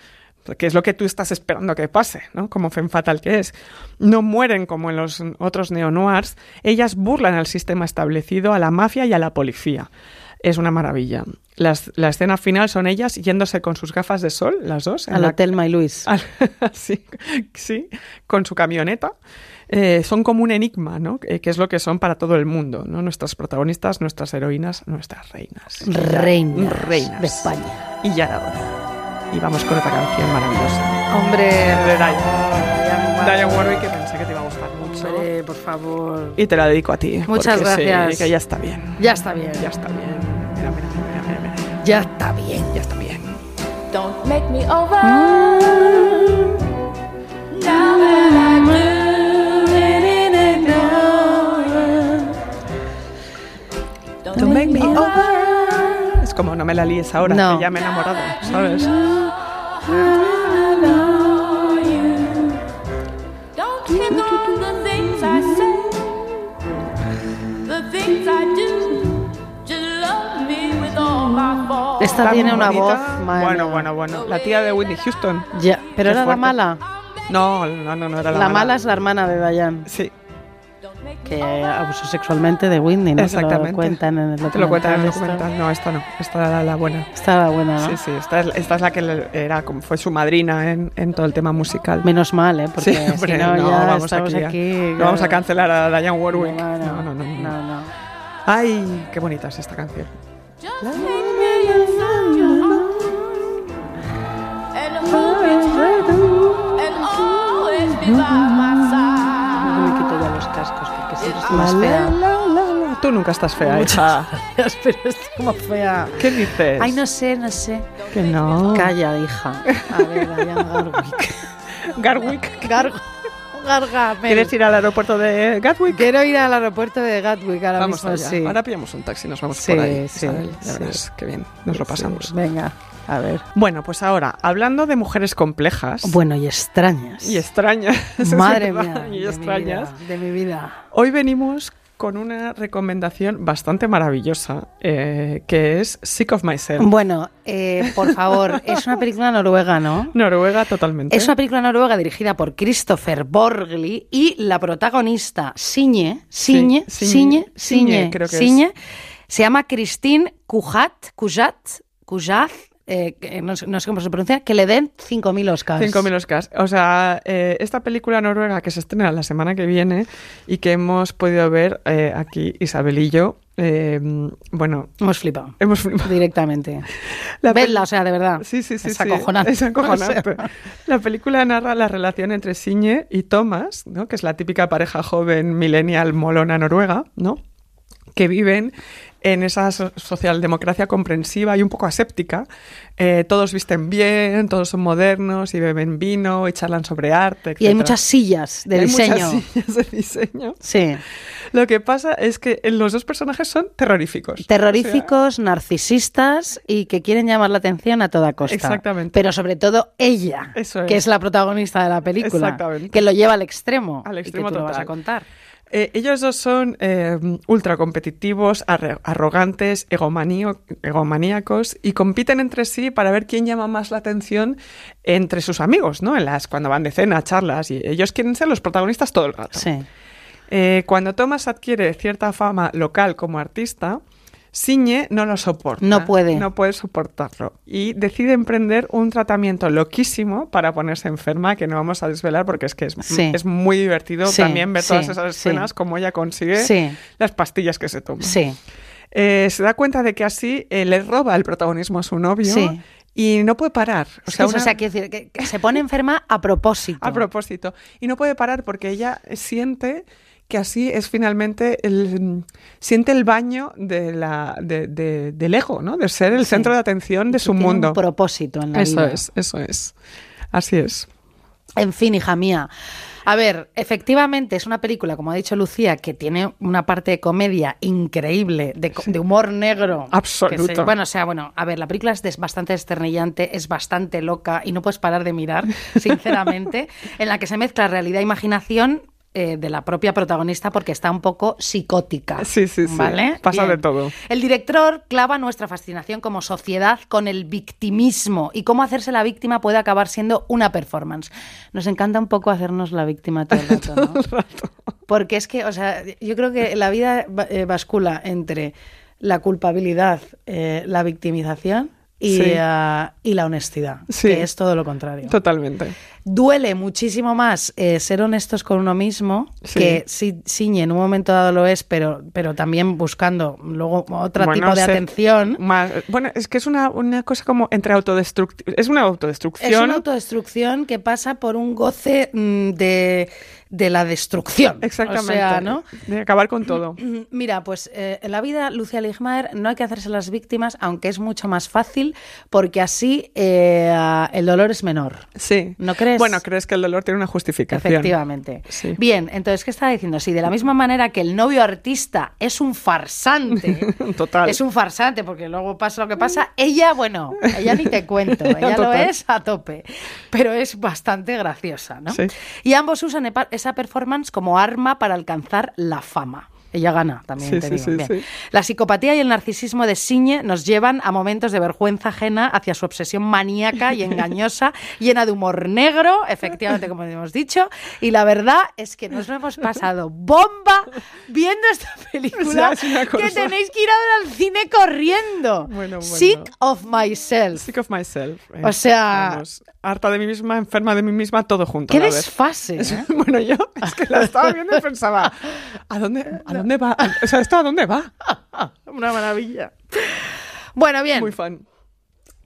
que es lo que tú estás esperando que pase, ¿no? Como femme fatal que es. No mueren como en los otros neo-noirs. Ellas burlan al sistema establecido, a la mafia y a la policía. Es una maravilla. Las- la escena final son ellas yéndose con sus gafas de sol, las dos. en
Al
la-
hotel My Luis.
al- sí, sí, con su camioneta. Eh, son como un enigma, ¿no? Eh, que es lo que son para todo el mundo, ¿no? Nuestras protagonistas, nuestras heroínas, nuestras reinas.
Reinas,
Reinas.
de España.
Y ya era hora. Y vamos con otra canción maravillosa.
Hombre,
De Diane, Diane Warwick, que pensé que te iba a gustar mucho.
por favor.
Y te la dedico a ti.
Muchas
porque sí,
gracias.
que ya está bien.
Ya está bien,
Ya está bien. Mira, mira, mira, mira, mira.
ya está bien.
Ya está bien.
Don't make me over. Now that I'm moving in and out. Don't, make me over.
Es como no me la líes ahora,
No.
que ya me he enamorado, ¿sabes?
Don't pick on the things I say, the things I do. Just love me with all my faults.
Esta
Está
tiene
muy
una
bonita.
voz madre
Bueno,
mía.
bueno, bueno. La tía de Whitney Houston.
Ya, pero
Qué
era la
fuerte.
mala.
No, no, no, no era
La,
la,
mala. es la hermana de Dayan.
Sí.
Don't make me
que abusó sexualmente de Whitney, ¿no? Que
Exactamente.
lo cuentan en el documental. este.
Te lo cuentan en el
esto.
documental. No, esta no. Esta era la buena.
Estaba buena, ¿no?
Sí, sí. Esta es, esta es la que le- era como fue su madrina en, en todo el tema musical.
Menos mal, ¿eh? Porque
Sí, hombre,
si no,
no,
ya
vamos
estamos
aquí
aquí...
a- no vamos a
claro.
cancelar a Diane Warwick.
No,
No, no, no. no.
no, no.
Ay, qué bonita es esta canción.
Just take me inside your arms and hold me tight and always be by my side.
Yo me quito ya los cascos porque si eres más fea.
La, la, la. Tú nunca estás fea, hija.
Pero estoy como fea.
¿Qué dices?
Ay, no sé, no sé.
Que no.
Calla, hija. A ver, Diane Garwick.
Garwick.
Gargo. Garga.
¿Quieres ir al aeropuerto de Gatwick?
Quiero ir al aeropuerto de Gatwick ahora
Vamos
mismo,
allá.
sí.
Ahora pillamos un taxi y nos vamos
Sí,
por ahí.
sí,
Isabel. Ya
sí.
verás, qué bien. Nos lo pasamos.
Sí, venga, a ver.
Bueno, pues ahora, hablando de mujeres complejas
Bueno, y extrañas.
y extrañas. es
Madre
verdad,
mía.
Y
de mi
extrañas.
vida, De mi vida.
Hoy venimos con una recomendación bastante maravillosa, eh, que es Sick of Myself.
Bueno, eh, por favor, es una película noruega, ¿no?
Noruega totalmente.
Es una película noruega dirigida por Christopher Borgli y la protagonista Siñe, Siñe,
Sí,
Siñe,
Signe,
Siñe,
creo que es.
Siñe, se llama Christine Kujat, Kujat, Kujat, eh, que no, sé, no sé cómo se pronuncia, que le den 5.000 Oscars.
5.000 Oscars. O sea, eh, esta película noruega que se estrena la semana que viene y que hemos podido ver eh, aquí Isabel y yo, eh, bueno,
Hemos flipado.
hemos flipado.
Directamente.
La pe-
Vedla, o sea, de verdad.
Sí, sí, sí.
Es
sí.
acojonante.
Es acojonante.
O sea,
La película narra la relación entre Signe y Thomas, ¿no? que es la típica pareja joven millennial molona noruega, ¿no? que viven en esa so- socialdemocracia comprensiva y un poco aséptica. Eh, todos visten bien, todos son modernos y beben vino y charlan sobre
y
arte.
hay
etcétera.
muchas sillas de
Hay
diseño.
muchas sillas de diseño.
Sí.
Lo que pasa es que los dos personajes son terroríficos. O sea,
Terroríficos, narcisistas y que quieren llamar la atención a toda costa.
Exactamente.
Pero sobre todo ella,
Eso
que
es.
es la protagonista de la película,
Exactamente.
que lo lleva al extremo.
Al
y
extremo
que tú lo vas
total.
a contar.
Eh, ellos dos son eh, ultra competitivos, arre- arrogantes, egomanío- egomaníacos y compiten entre sí para ver quién llama más la atención entre sus amigos, ¿no? En las, cuando van de cena, charlas, y ellos quieren ser los protagonistas todo el rato.
Sí.
Eh, cuando Thomas adquiere cierta fama local como artista, Signe no lo soporta.
No puede.
No puede soportarlo. Y decide emprender un tratamiento loquísimo para ponerse enferma, que no vamos a desvelar porque es que es,
Sí.
es muy divertido
Sí,
también ver todas
sí,
esas
sí.
escenas, como ella consigue
Sí.
las pastillas que se toma.
Sí.
Eh, se da cuenta de que así eh, le roba el protagonismo a su novio
Sí.
y no puede parar. O
Es que eso, O sea,
una-
quiero decir, que, que se pone enferma a propósito.
a propósito. Y no puede parar porque ella siente que así es finalmente el siente el baño de la, de- de- del ego, ¿no? De ser el centro de atención de su
Tiene
mundo.
Un propósito en la
Eso
vida.
es, eso es. Así es.
En fin, hija mía. A ver, efectivamente es una película, como ha dicho Lucía, que tiene una parte de comedia increíble, de, co- de humor negro. que
Absoluto.
se- bueno, o sea, bueno, a ver, la película es des- bastante desternillante, es bastante loca y no puedes parar de mirar, sinceramente, en la que se mezcla realidad e imaginación. eh, de la propia protagonista porque está un poco psicótica.
Sí, sí, sí.
¿vale?
Pasa de todo.
El director clava nuestra fascinación como sociedad con el victimismo y cómo hacerse la víctima puede acabar siendo una performance. Nos encanta un poco hacernos la víctima todo el rato, ¿no? Porque es que, o sea, yo creo que la vida va- eh, bascula entre la culpabilidad, eh, la victimización y,
Sí.
ah, y la honestidad,
Sí.
que es todo lo contrario.
Totalmente.
Duele muchísimo más eh, ser honestos con uno mismo,
Sí.
que sí, Siñe en un momento dado lo es, pero, pero también buscando luego otro
Bueno,
tipo de
ser
atención.
más- bueno, es que es una, una cosa como entre autodestrucción. Es una autodestrucción.
Es una autodestrucción que pasa por un goce mm, de, de la destrucción.
Exactamente.
O sea, ¿no?
De acabar con todo.
Mm, Mira, pues eh, en la vida, Lucia Ligmaer, no hay que hacerse las víctimas, aunque es mucho más fácil, porque así eh, ah, el dolor es menor.
Sí.
¿No crees?
Bueno, crees que el dolor tiene una justificación.
Efectivamente.
Sí.
Bien, entonces, ¿qué estaba diciendo? Si de la misma manera que el novio artista es un farsante,
Total.
es un farsante porque luego pasa lo que pasa, ella, bueno, ella ni te cuento, ella lo
Total.
es a tope, pero es bastante graciosa, ¿no?
Sí.
Y ambos usan epa- esa performance como arma para alcanzar la fama. Ella gana, también
Sí,
te
sí,
digo.
sí,
Bien.
sí.
La psicopatía y el narcisismo de Siñe nos llevan a momentos de vergüenza ajena hacia su obsesión maníaca y engañosa, llena de humor negro, efectivamente, como hemos dicho. Y la verdad es que nos lo hemos pasado bomba viendo esta película
O sea, es una
que
cosa.
tenéis que ir a ver al cine corriendo.
Bueno, bueno.
Sick of myself.
Sick of myself. eh.
O sea-
Vamos, harta de mí misma, enferma de mí misma, todo junto.
Qué
a la vez.
desfase. ¿eh?
Bueno, yo es que la estaba viendo y pensaba, ¿a dónde, a dónde va? O sea, ¿esto a dónde va? Una maravilla.
Bueno, bien.
Muy fan.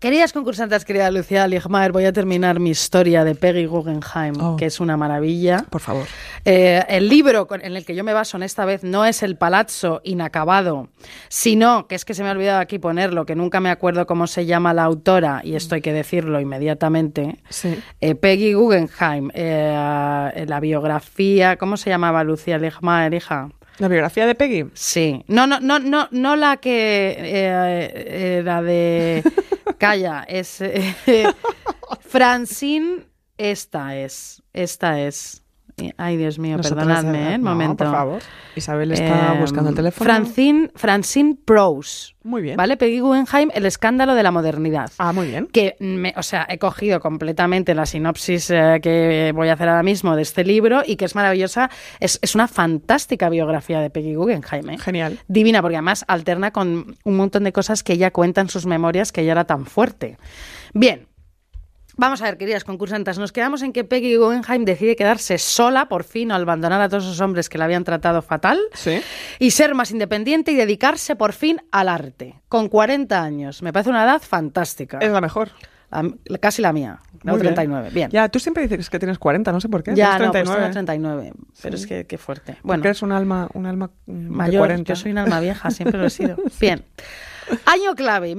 Queridas concursantes, querida Lucía Ligmaer, voy a terminar mi historia de Peggy Guggenheim,
Oh.
que es una maravilla.
Por favor.
Eh, el libro con- en el que yo me baso en esta vez no es el Palazzo inacabado, sino que es que se me ha olvidado aquí ponerlo, que nunca me acuerdo cómo se llama la autora, y esto hay que decirlo inmediatamente.
Sí.
Eh, Peggy Guggenheim, eh, la biografía, ¿cómo se llamaba Lucía Ligmaer, hija?
La biografía de Peggy.
Sí. No, no, no, no, no la que eh, era de. Calla, es. eh, Francine, esta es. Esta es. Ay, Dios mío,
Nosotras
perdonadme,
de-
¿eh? Un
no,
momento.
por favor. Isabel está
Eh,
buscando el teléfono.
Francine, Francine Prose.
Muy bien.
¿Vale? Peggy Guggenheim, El escándalo de la modernidad.
Ah, muy bien.
Que, me- o sea, he cogido completamente la sinopsis eh, que voy a hacer ahora mismo de este libro y que es maravillosa. Es, es una fantástica biografía de Peggy Guggenheim. ¿eh?
Genial.
Divina, porque además alterna con un montón de cosas que ella cuenta en sus memorias que ella era tan fuerte. Bien. Vamos a ver, queridas concursantes, nos quedamos en que Peggy Guggenheim decide quedarse sola por fin al abandonar a todos esos hombres que la habían tratado fatal
Sí.
y ser más independiente y dedicarse por fin al arte. Con 40 años, me parece una edad fantástica.
Es la mejor.
La- casi la mía, tengo
Muy
39. Bien.
Ya, tú siempre dices que tienes 40, no sé por qué.
Ya,
tienes
no, pues
39.
tengo 39. Pero es que qué fuerte. Bueno,
Porque eres un alma, un alma mm, de
mayor,
40.
yo soy una alma vieja, siempre lo he sido. Bien. Año clave,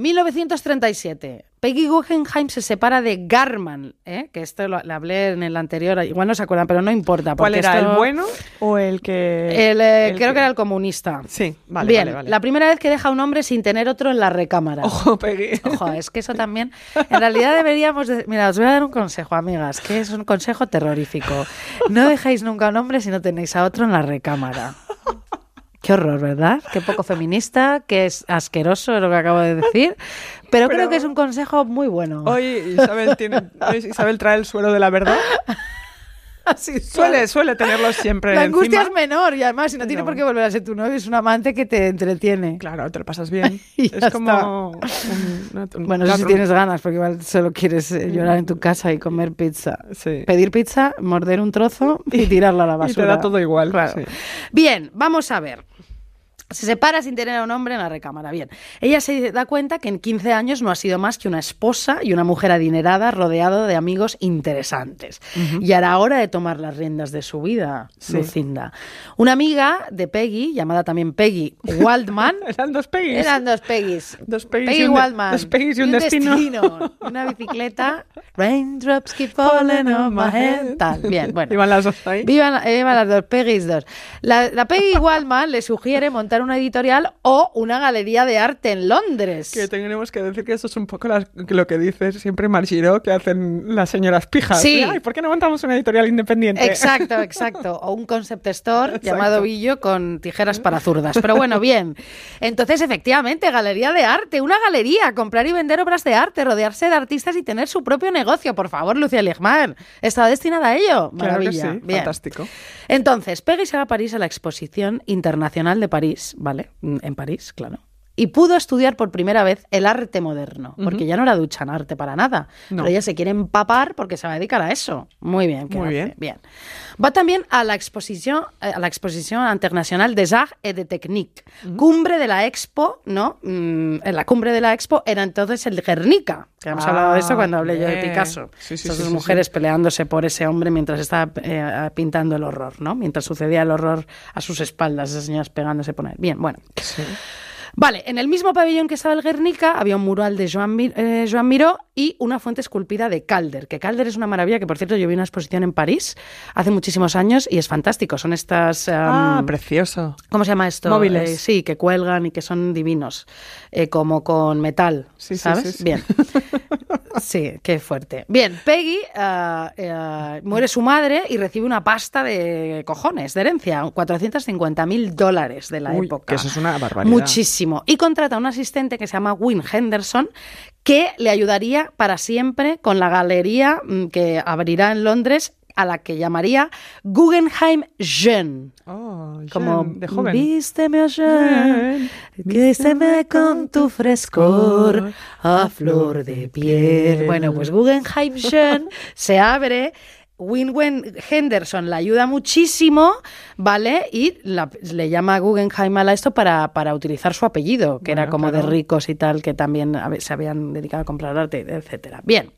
1937. Peggy Guggenheim se separa de Garman, ¿eh? que esto lo, le hablé en el anterior, igual no se acuerdan, pero no importa.
¿Cuál
porque
era?
esto-
¿El bueno o el que...?
El, eh, creo que
que-
era el comunista.
Sí, vale,
Bien,
vale, vale.
la primera vez que deja a un hombre sin tener otro en la recámara.
Ojo, Peggy.
Ojo, es que eso también. En realidad deberíamos. de- Mira, os voy a dar un consejo, amigas, que es un consejo terrorífico. No dejéis nunca a un hombre si no tenéis a otro en la recámara. Qué horror, ¿verdad? Qué poco feminista, que es asqueroso lo que acabo de decir. Pero, creo
Pero-
que es un consejo muy bueno.
Hoy Isabel, tiene, hoy Isabel trae el suelo de la verdad.
Así
Suele, suele tenerlo siempre
La angustia
encima.
es menor y además, si no tiene
No.
por qué volver a ser tu novio, es un amante que te entretiene.
Claro, te lo pasas bien.
Y ya
es como... un- una- un-
Bueno, no sé si
claro,
tienes ganas, porque igual solo quieres eh, llorar en tu casa y comer pizza.
Sí.
Pedir pizza, morder un trozo y tirarla a la
Y
basura.
te da todo igual.
Claro.
sí.
Bien, vamos a ver. Se separa sin tener a un hombre en la recámara. Bien. Ella se da cuenta que en 15 años no ha sido más que una esposa y una mujer adinerada rodeada de amigos interesantes. Y era hora de tomar las riendas de su vida,
Sí.
Lucinda. Una amiga de Peggy, llamada también Peggy Waldman,
Eran dos Peggys.
eran dos Peggys.
Dos Peggys
Peggy
y un de-
Waldman.
dos Peggys y un destino.
Una bicicleta. Raindrops keep falling on my head. Tal. Bien, bueno.
Iban las dos ahí.
Vivan, eh, vivan las dos Peggys dos. La, la Peggy Waldman le sugiere montar una editorial o una galería de arte en Londres.
Que tenemos que decir que eso es un poco las- lo que dice siempre Margiro, que hacen las señoras pijas.
Sí.
Ay, ¿por qué no montamos una editorial independiente?
Exacto, exacto. O un concept store
Exacto.
llamado Billo con tijeras para zurdas. Pero bueno, bien. Entonces, efectivamente, galería de arte, una galería, comprar y vender obras de arte, rodearse de artistas y tener su propio negocio. Por favor, Lucía Ligman, estaba destinada a ello.
Claro que
Maravilla.
sí,
Bien.
fantástico.
Entonces, Peggy se va a París a la Exposición Internacional de París, ¿vale? Mm, En París, claro. Y pudo estudiar por primera vez el arte moderno, porque ya no era ducha en arte para nada.
No.
Pero ella se quiere empapar porque se va a dedicar a eso. Muy bien, ¿qué
Muy
hace?
bien.
Va también a la Exposición, eh, a la exposición Internacional des Arts et de Technique, cumbre de la Expo, ¿no? Mm, en la cumbre de la Expo era entonces el Guernica, que hemos
Ah,
hablado de eso cuando hablé yo de
bien.
Picasso.
Sí, sí,
Esas
sí,
dos
sí, sí.
mujeres mujeres peleándose por ese hombre mientras estaba eh, pintando el horror, ¿no? Mientras sucedía el horror a sus espaldas, esas señoras pegándose por él. Bien, bueno. Vale, en el mismo pabellón que estaba el Guernica había un mural de Joan, Mi- eh, Joan Miró y una fuente esculpida de Calder, que Calder es una maravilla, que por cierto yo vi una exposición en París hace muchísimos años y es fantástico. Son estas... em,
Ah, precioso.
¿Cómo se llama esto?
Móviles.
Eh, sí, que cuelgan y que son divinos, eh, como con metal,
Sí, sí,
¿sabes?
sí, sí.
Bien. Sí, qué fuerte. Bien, Peggy ah, eh, muere su madre y recibe una pasta de cojones de herencia, 450 mil dólares de la
Uy,
época.
que eso es una barbaridad.
Muchísimo. Y contrata a un asistente que se llama Win Henderson que le ayudaría para siempre con la galería mm, que abrirá en Londres a la que llamaría Guggenheim Jeune
Oh,
como
Jean, de joven.
vísteme ayer, vísteme con tu frescor a flor de piel. Bueno, pues Guggenheim Jean se abre. Winwen Henderson la ayuda muchísimo, ¿vale? Y la- le llama a Guggenheim a la esto para, para utilizar su apellido, que era
Bueno,
como
claro.
de ricos y tal, que también habe- se habían dedicado a comprar arte, etcétera. Bien.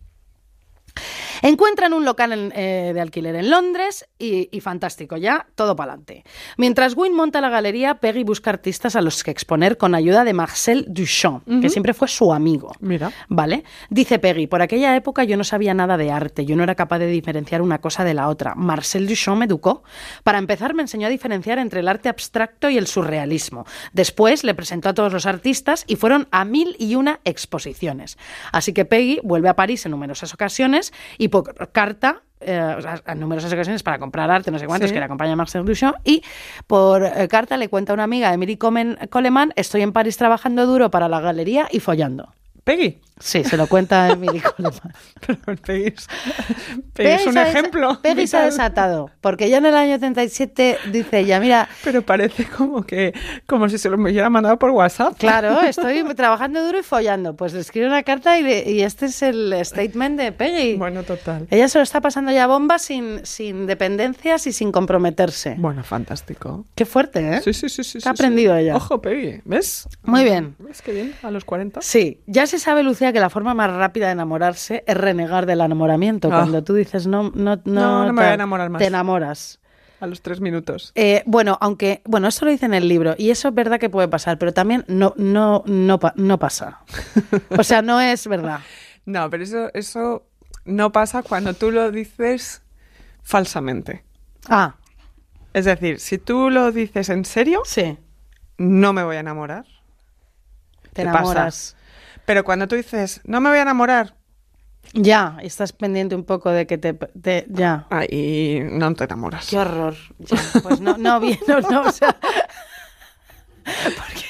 Encuentran un local en- eh, de alquiler en Londres y, y fantástico, ya todo para adelante. Mientras Wynne monta la galería, Peggy busca artistas a los que exponer con ayuda de Marcel Duchamp, que siempre fue su amigo.
Mira.
¿Vale? Dice Peggy, por aquella época yo no sabía nada de arte, yo no era capaz de diferenciar una cosa de la otra. Marcel Duchamp me educó. Para empezar, me enseñó a diferenciar entre el arte abstracto y el surrealismo. Después le presentó a todos los artistas y fueron a mil y una exposiciones. Así que Peggy vuelve a París en numerosas ocasiones y por carta. eh, o sea, en numerosas ocasiones para comprar arte, no sé cuántos,
Sí.
que la acompaña a Marcel Duchamp, y por eh, carta le cuenta a una amiga, Emily Comen- Coleman, estoy en París trabajando duro para la galería y follando.
Peggy.
Sí, se lo cuenta Emily Coleman.
Pero Peggy es, Peggy es un
se ha desa-
ejemplo.
Peggy se ha
vital.
desatado, porque ya en el año 37 dice ella, mira,
Pero parece como que como si se lo me hubiera mandado por WhatsApp.
claro, estoy trabajando duro y follando. Pues le escribe una carta y, le- y este es el statement de Peggy.
Bueno, total.
Ella se lo está pasando ya bomba sin, sin dependencias y sin comprometerse.
Bueno, fantástico.
Qué fuerte, ¿eh?
Sí, sí, sí, sí.
Está
sí, sí.
aprendido ella.
Ojo, Peggy. ¿Ves?
Muy bien.
¿Ves qué bien? A los 40.
Sí, ya se sabe, Lucía, que la forma más rápida de enamorarse es renegar del enamoramiento.
Ah.
Cuando tú dices, no, no, no,
No, no
tal",
me voy a enamorar más.
Te enamoras.
A los 3 minutos.
Eh, bueno, aunque, bueno, esto lo dice en el libro y eso es verdad que puede pasar, pero también no, no, no, pa- no pasa. O sea, no es verdad.
No, pero eso, eso no pasa cuando tú lo dices falsamente.
Ah,
Es decir, si tú lo dices en serio,
sí,
no me voy a enamorar.
te
Te pasa.
enamoras.
Pero cuando tú dices, no me voy a enamorar,
Ya, estás pendiente un poco de que te, te- ya.
ahí ah, no te enamoras.
Qué horror. Ya, pues no, no, bien, no, no, o sea,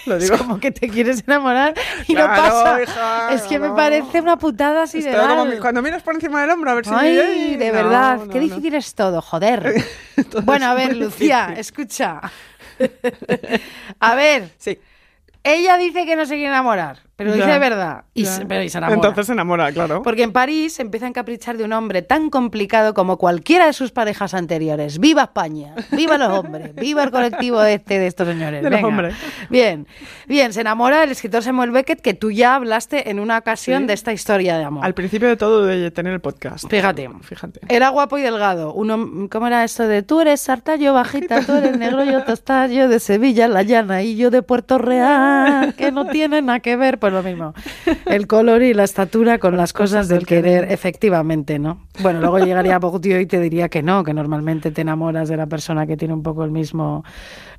Lo
es
digo.
como que te quieres enamorar y no
Claro,
pasa.
hija,
es que me
no.
parece una putada así de
Esto como
mal.
mi- cuando miras por encima del hombro a ver si...
Ay, de
No,
verdad,
no,
qué
no.
difícil es todo, joder.
Todo
bueno,
es
a ver,
muy
Lucía,
difícil.
escucha. a ver,
Sí.
ella dice que no se quiere enamorar, pero
Ya,
dice de verdad. Y
ya.
se, pero y se enamora.
Entonces se enamora, claro.
Porque en París se empieza a encaprichar de un hombre tan complicado como cualquiera de sus parejas anteriores. ¡Viva España! ¡Viva los hombres! ¡Viva el colectivo de este de estos señores!
De los
Venga.
hombres.
Bien, bien, se enamora del escritor Samuel Beckett, que tú ya hablaste en una ocasión
Sí.
de esta historia de amor.
Al principio de todo de tener el podcast.
Fíjate. Eh,
Fíjate.
Era guapo y delgado. Uno, ¿Cómo era esto de tú eres sarta, yo bajita, tú eres negro, yo tostada, yo de Sevilla, la llana y yo de Puerto Real? Que no tiene nada que ver, pues lo mismo. El color y la estatura con las cosas del querer, efectivamente, ¿no? Bueno, luego llegaría Bourdieu y te diría que no, que normalmente te enamoras de la persona que tiene un poco el mismo,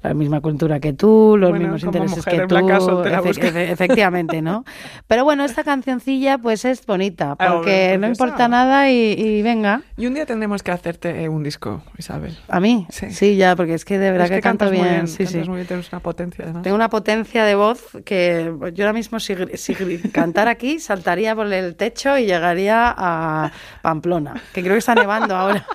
la misma cultura que tú, los
Bueno,
mismos
como
intereses
mujer
que
en
tú.
Black Castle te la
efe-
buscas.
efe- efectivamente, ¿no? Pero bueno, esta cancioncilla pues es bonita,
Ah,
porque
hombre,
no
preciosa.
importa nada y- y venga.
Y un día tendremos que hacerte eh, un disco, Isabel.
¿A mí? Sí.
Sí.
ya, porque es que de verdad
Es
que, canto
cantas
bien.
Muy bien
sí, sí.
cantas muy bien, tienes una potencia además.
Tengo una potencia de voz que yo ahora mismo si, gri- si gri- cantar aquí saltaría por el techo y llegaría a Pamplona, que creo que está nevando ahora.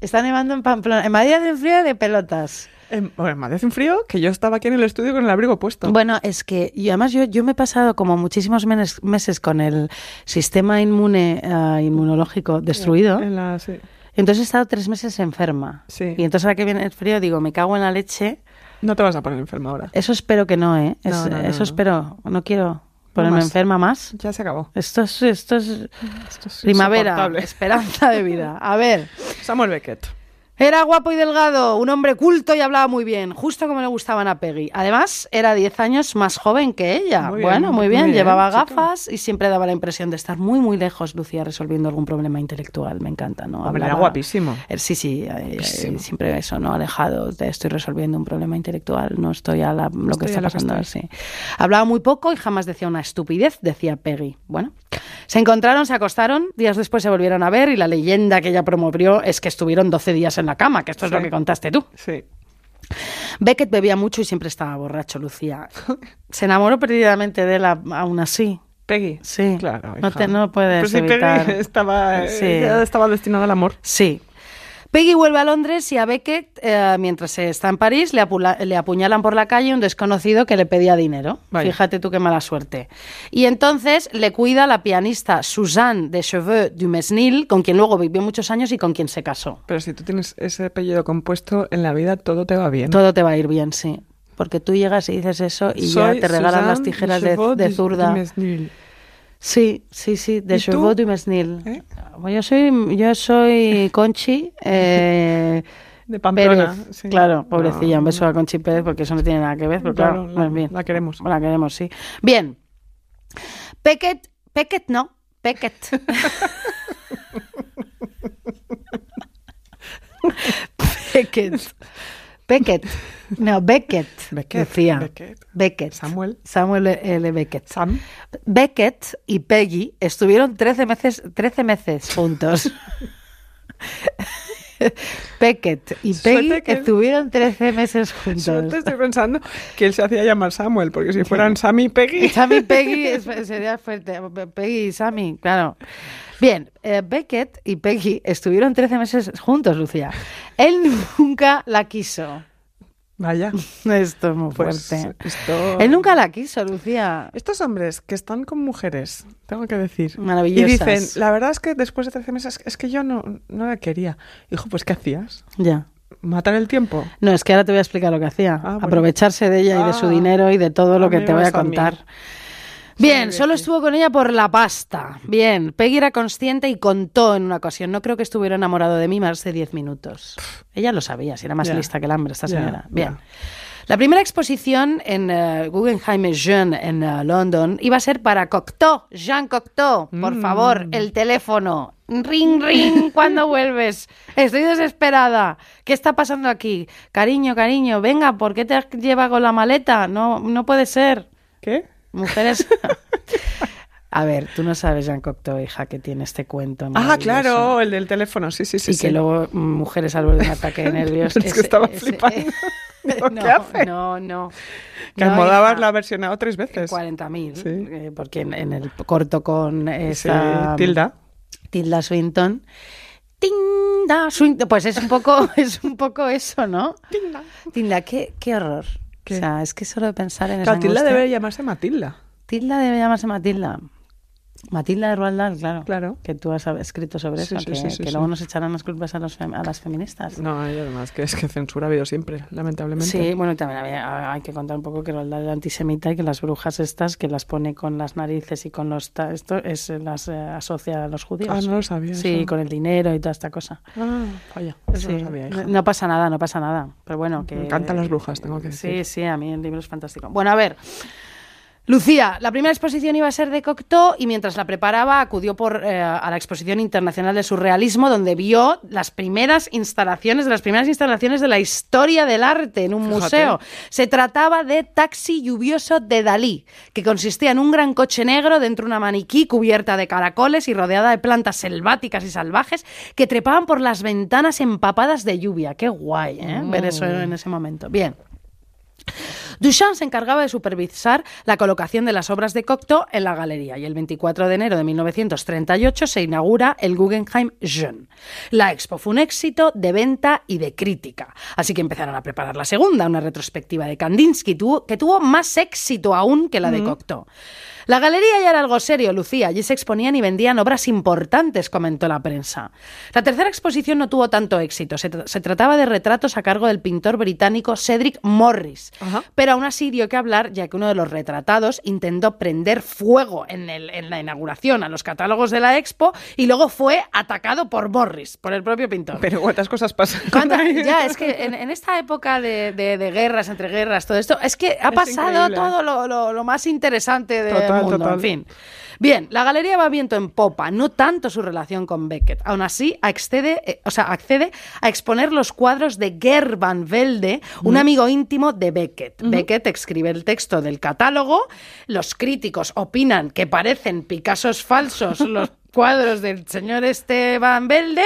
Está nevando en Pamplona. En Madrid hace un frío de pelotas.
En- Em, bueno, me hace un frío que yo estaba aquí en el estudio con el abrigo puesto.
Bueno, es que y además yo, yo me he pasado como muchísimos menes- meses con el sistema inmune ah, inmunológico destruido.
En la- sí.
Entonces he estado tres meses enferma.
Sí.
Y entonces ahora que viene el frío digo, me cago en la leche.
No te vas a poner enferma ahora.
Eso espero que no, ¿eh?
No,
Es-
no, no,
eso
no.
espero. No quiero ponerme
más.
enferma más.
Ya se acabó.
Esto es, esto es
Esto es
primavera,
insoportable.
esperanza de vida. A ver,
Samuel Beckett.
Era guapo y delgado, un hombre culto y hablaba muy bien, justo como le gustaban a Peggy. Además, era 10 años más joven que ella.
Muy bien,
bueno, muy
muy
bien,
bien,
llevaba
chico.
gafas y siempre daba la impresión de estar muy, muy lejos, Lucía, resolviendo algún problema intelectual. Me encanta, ¿no?
Hombre, era
Hablaba-
guapísimo.
Eh, Sí, sí, eh, eh,
Guapísimo.
siempre eso, ¿no? Alejado, de estoy resolviendo un problema intelectual, no estoy a la- lo que
Estoy
está
a lo que
pasando. sí. Hablaba muy poco y jamás decía una estupidez, decía Peggy. Bueno, se encontraron, se acostaron, días después se volvieron a ver y la leyenda que ella promovió es que estuvieron 12 días en la cama, que esto es
Sí.
lo que contaste tú.
Sí.
Beckett bebía mucho y siempre estaba borracho, Lucía. Se enamoró perdidamente de él a- aún así.
Peggy.
Sí.
Claro.
No
hija.
te- no puedes
Pero si
evitar.
Peggy estaba, eh,
Sí.
ya estaba destinada al amor.
Sí. Peggy vuelve a Londres y a Beckett, eh, mientras está en París, le, apula- le apuñalan por la calle un desconocido que le pedía dinero.
Vaya.
Fíjate tú qué mala suerte. Y entonces le cuida la pianista Suzanne de Cheveux du Mesnil, con quien luego vivió muchos años y con quien se casó.
Pero si tú tienes ese apellido compuesto, en la vida todo te va bien.
Todo te va a ir bien, sí. Porque tú llegas y dices eso y
Soy
ya te regalan las
Suzanne
tijeras de,
Chevaux
de
du-
zurda.
du Mesnil.
Sí, sí, sí, de
¿Y tú?
Chevaux du Mesnil.
¿Eh?
Bueno, Yo soy, yo soy Conchi. eh,
De Pamplona.
Pérez,
sí.
claro, pobrecilla,
No,
un beso a Conchi Pérez porque eso no tiene nada que ver, pero claro,
Claro,
bueno,
la-
bien.
la queremos.
La queremos, sí. Bien. Pequet, Pequet no, Pequet. Pequet. Pequet. No, Beckett.
Beckett,
Decía.
Beckett.
Beckett.
Samuel.
Samuel L. Beckett.
Sam.
Beckett y Peggy estuvieron 13 meses, 13 meses juntos. Beckett y
Suerte
Peggy
que-
estuvieron 13 meses
Yo te
juntos.
estoy pensando que él se hacía llamar Samuel, porque si fueran Sam y Peggy.
Sammy y Peggy es- sería fuerte. Peggy y Sammy, claro. Bien, eh, Beckett y Peggy estuvieron 13 meses juntos, Lucía. Él nunca la quiso.
Vaya.
Esto es muy
Pues,
fuerte.
esto-
Él nunca la quiso, Lucía.
Estos hombres que están con mujeres, tengo que decir.
Maravillosas.
Y dicen, la verdad es que después de 13 meses, es que yo no, no la quería. Hijo, pues ¿qué hacías?
Ya.
¿Matar el tiempo?
No, es que ahora te voy a explicar lo que hacía.
Ah, bueno.
Aprovecharse de ella y de su
Ah.
dinero y de todo lo
A
que
mí
te
me
voy a
gusta a mí.
contar. Bien, solo estuvo con ella por la pasta. Bien, Peggy era consciente y contó en una ocasión. No creo que estuviera enamorado de mí más de 10 minutos. Ella lo sabía, si era más
Ya.
lista que el hambre esta
Ya,
señora.
ya.
Bien. La primera exposición en eh, Guggenheim Jeune en eh, London iba a ser para Cocteau, Jean Cocteau. Por
Mm.
favor, el teléfono. Ring, ring, cuando vuelves? Estoy desesperada. ¿Qué está pasando aquí? Cariño, cariño, venga, ¿por qué te lleva con la maleta? No, no puede ser.
¿Qué?
Mujeres. A ver, tú no sabes, Jean Cocteau, hija, que tiene este cuento.
Ah,
maravilloso.
claro, el del teléfono, sí, sí, sí.
y
sí.
que luego mm, mujeres al borde de un ataque de nervios.
Pero es que
ese-
estaba
ese- eh,
flipando. Digo, ¿qué
no,
hace?
No, no.
Que
No,
Almodóvar
hija,
la ha versionado tres veces.
40.000,
Sí.
eh, porque en, en el corto con
Sí,
esta
Tilda.
Tilda Swinton. Tilda Swinton, pues es un poco, es un poco eso, ¿no? Tilda. Tilda, qué, qué horror.
¿Qué?
O sea, es que solo de pensar en
Claro,
esa
Tilda
angustia-
debe llamarse Matilda.
Tilda debe llamarse Matilda. Matilda de Roald Dahl, claro.
Claro.
Que tú has escrito sobre
Sí,
eso,
sí,
que,
sí, sí,
que
sí.
luego nos echarán las culpas a, los fem- a las feministas.
No, y además que es que censura ha habido siempre, lamentablemente.
Sí, bueno, y también había- ah, hay que contar un poco que Roald Dahl era antisemita y que las brujas estas que las pone con las narices y con los... ta- Esto es, eh, las eh, asocia a los judíos.
Ah, no lo sabía.
Sí,
eso.
con el dinero y toda esta cosa.
Ah, vaya, eso
Sí.
no sabía, hija.
No pasa nada, no pasa nada. Pero bueno, que...
Me encantan las brujas, tengo que
Sí,
decir.
sí, a mí el libro es fantástico. Bueno, a ver. Lucía, la primera exposición iba a ser de Cocteau y mientras la preparaba acudió por, eh, a la Exposición Internacional de Surrealismo donde vio las primeras instalaciones, de las primeras instalaciones de la historia del arte en un
Fíjate.
museo. Se trataba de Taxi Lluvioso de Dalí, que consistía en un gran coche negro dentro de una maniquí cubierta de caracoles y rodeada de plantas selváticas y salvajes que trepaban por las ventanas empapadas de lluvia. Qué guay, ¿eh? Ver eso en ese momento. Bien. Duchamp se encargaba de supervisar la colocación de las obras de Cocteau en la galería y el 24 de enero de 1938 se inaugura el Guggenheim Jeune. La expo fue un éxito de venta y de crítica, así que empezaron a preparar la segunda, una retrospectiva de Kandinsky, tuvo- que tuvo más éxito aún que la de Cocteau. La galería ya era algo serio, Lucía. Allí se exponían y vendían obras importantes, comentó la prensa. La tercera exposición no tuvo tanto éxito. Se, tra- se trataba de retratos a cargo del pintor británico Cedric Morris.
Ajá.
Pero aún así dio que hablar, ya que uno de los retratados intentó prender fuego en, el- en la inauguración a los catálogos de la expo y luego fue atacado por Morris, por el propio pintor.
Pero cuántas cosas pasan.
¿Cuánta- Ya, es que en, en esta época de, de- de guerras, entre guerras, todo esto, es que ha
Es
pasado
increíble.
todo lo, lo- lo más interesante del
Total,
mundo,
total.
en fin. Bien, la galería va viento en popa, no tanto su relación con Beckett. Aún así, accede, eh, o sea, accede a exponer los cuadros de Ger van Velde, un amigo íntimo de Beckett. Beckett escribe el texto del catálogo, los críticos opinan que parecen Picassos falsos los cuadros del señor este van Velde.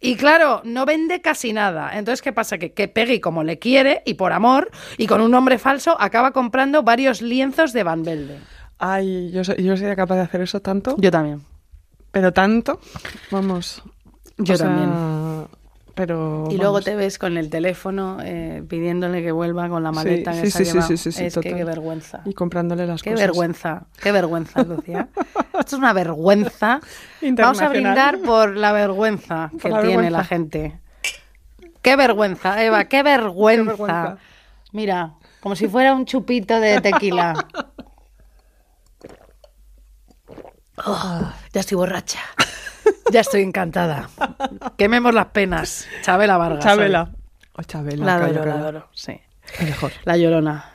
Y claro, no vende casi nada. Entonces, ¿qué pasa? Que, que Peggy, como le quiere y por amor, y con un nombre falso, acaba comprando varios lienzos de Van Velde.
Ay, yo, so- yo sería capaz de hacer eso tanto,
Yo también.
pero tanto. Vamos.
Yo
o sea,
también.
Pero.
Y luego
vamos.
te ves con el teléfono eh, pidiéndole que vuelva con la
Sí,
maleta
sí,
que
sí,
se ha
sí,
llevado.
sí, sí, sí,
es que
total.
qué vergüenza.
Y comprándole las
Qué
cosas.
vergüenza, qué vergüenza, Lucía. Esto es una vergüenza. Vamos a brindar
Internacional.
por la vergüenza que
Por la
tiene
vergüenza.
la gente. Qué vergüenza, Eva, qué vergüenza.
Qué vergüenza.
Mira, como si fuera un chupito de tequila. Oh, ya estoy borracha. Ya estoy encantada. Quememos las penas. Chabela Vargas.
Chabela. Oh, Chabela.
La
calla,
adoro, la
calla.
adoro. Sí.
Mejor.
La llorona.
Ah.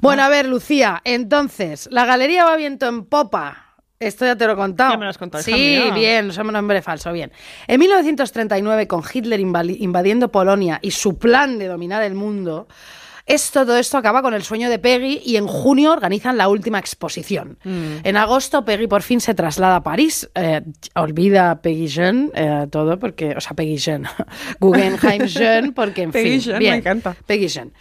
Bueno, a ver, Lucía, entonces, la galería va viento en popa. Esto ya te lo he contado.
Ya me lo has contado, ah. hija
Sí,
mía.
bien, somos un hombre falso, bien. En 1939, con Hitler invali- invadiendo Polonia y su plan de dominar el mundo, es, todo esto acaba con el sueño de Peggy y en junio organizan la última exposición.
Mm.
En agosto, Peggy por fin se traslada a París. Eh, olvida Peggy Jean, eh, todo, porque, o sea, Peggy Jean, Guggenheim Jean, porque en
Peggy
fin.
Jean, me
bien.
encanta.
Peggy Jean.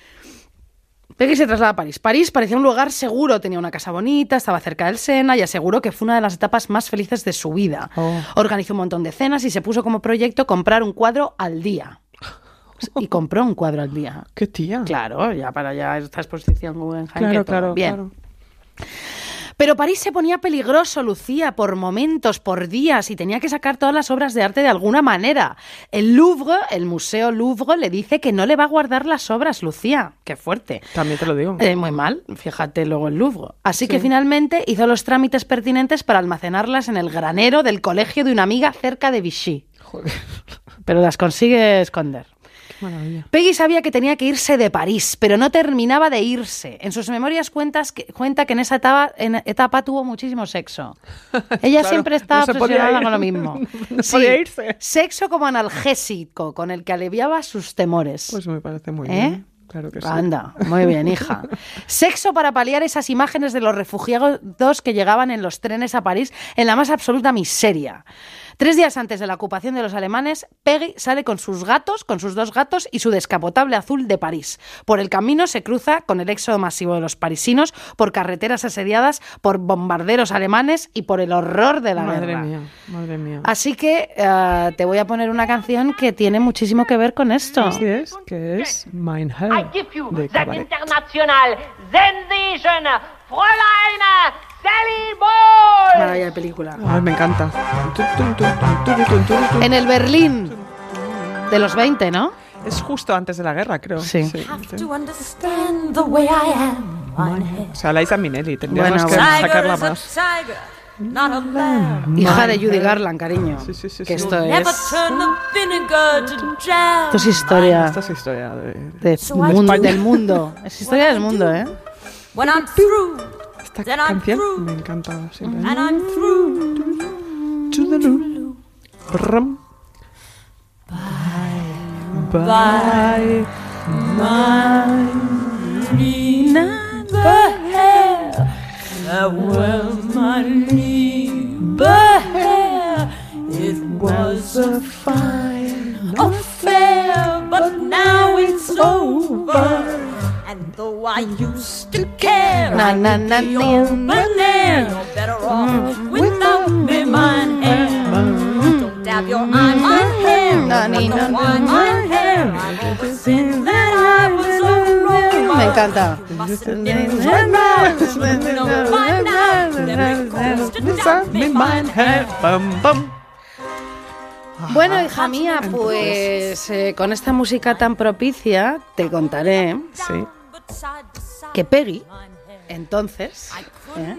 Peggy se traslada a París. París parecía un lugar seguro, tenía una casa bonita, estaba cerca del Sena y aseguró que fue una de las etapas más felices de su vida.
Oh.
Organizó un montón de cenas y se puso como proyecto comprar un cuadro al día. Y compró un cuadro al día.
Qué tía.
Claro, ya para ya esta exposición Guggenheim. que
claro,
todo.
claro.
Bien.
claro.
Pero París se ponía peligroso, Lucía, por momentos, por días, y tenía que sacar todas las obras de arte de alguna manera. El Louvre, el Museo Louvre, le dice que no le va a guardar las obras, Lucía. Qué fuerte.
También te lo digo.
Eh, muy mal, fíjate luego el Louvre. Así que
Sí.
finalmente hizo los trámites pertinentes para almacenarlas en el granero del colegio de una amiga cerca de Vichy.
Joder.
Pero las consigue esconder.
Qué maravilla.
Peggy sabía que tenía que irse de París, pero no terminaba de irse. En sus memorias cuentas que, cuenta que en esa etapa, en etapa tuvo muchísimo sexo. Ella
Claro,
siempre estaba
no se podía
obsesionada
ir.
con lo mismo.
No podía irse.
Sexo como analgésico, con el que aliviaba sus temores.
Pues me parece muy
¿Eh?
bien. Claro que sí.
Anda, muy bien, hija. Sexo para paliar esas imágenes de los refugiados que llegaban en los trenes a París en la más absoluta miseria. Tres días antes de la ocupación de los alemanes, Peggy sale con sus gatos, con sus dos gatos y su descapotable azul de París. Por el camino se cruza con el éxodo masivo de los parisinos, por carreteras asediadas, por bombarderos alemanes y por el horror de la
Madre
guerra.
mía, madre mía.
Así que eh, te voy a poner una canción que tiene muchísimo que ver con esto.
Así es, que es Mindhell
I give you
de
that
Cabaret.
international sensation, Fräulein Sally Ball.
Maravilla de película.
Ay, me encanta. Tu, tu, tu, tu, tu, tu, tu, tu.
En el Berlín de los 20, ¿no?
Es justo antes de la guerra, creo.
Sí.
Have to understand the way I am.
O sea, Liza Minnelli, tendríamos
Bueno,
que
bueno.
sacarla
is a
más.
tiger, not a lamb.
Hija de Judy Garland, cariño.
Sí, sí, sí,
que
sí.
esto
Never
es.
turn the vinegar to jam.
Esto es historia
Esta es historia de...
de
I
mun-
do-
del mundo. Es historia del mundo, ¿eh?
When I'm through,
Esta
Then I'm
canción
through.
me encanta siempre.
and I'm through, Mm-hmm.
To the loo. Brum. Bye. Bye.
but hair, that was my knee, but hair, it was a fine affair, but now it's over. And though I used to care,
Na, na, na, na.
But now you're better off without me, mine hair. Don't dab your eye, mine hair.
Na, ni, na,
Wonder why mine hair. I never said that I was all wrong.
Me encanta.
Mustn't have been right. No, by now.
eh,
Bueno, hija mía, pues eh, con esta música tan propicia te contaré
Sí.
que Peggy, entonces, ¿eh?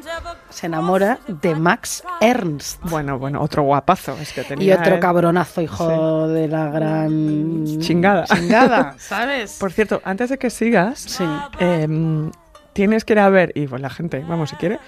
se enamora de Max Ernst.
Bueno, bueno, otro guapazo. Es que tenía eh.
Y otro
él.
cabronazo, hijo de la gran...
Chingada.
Chingada, ¿sabes?
Por cierto, antes de que sigas,
Sí.
em, tienes que ir a ver, y pues la gente, vamos, si quiere,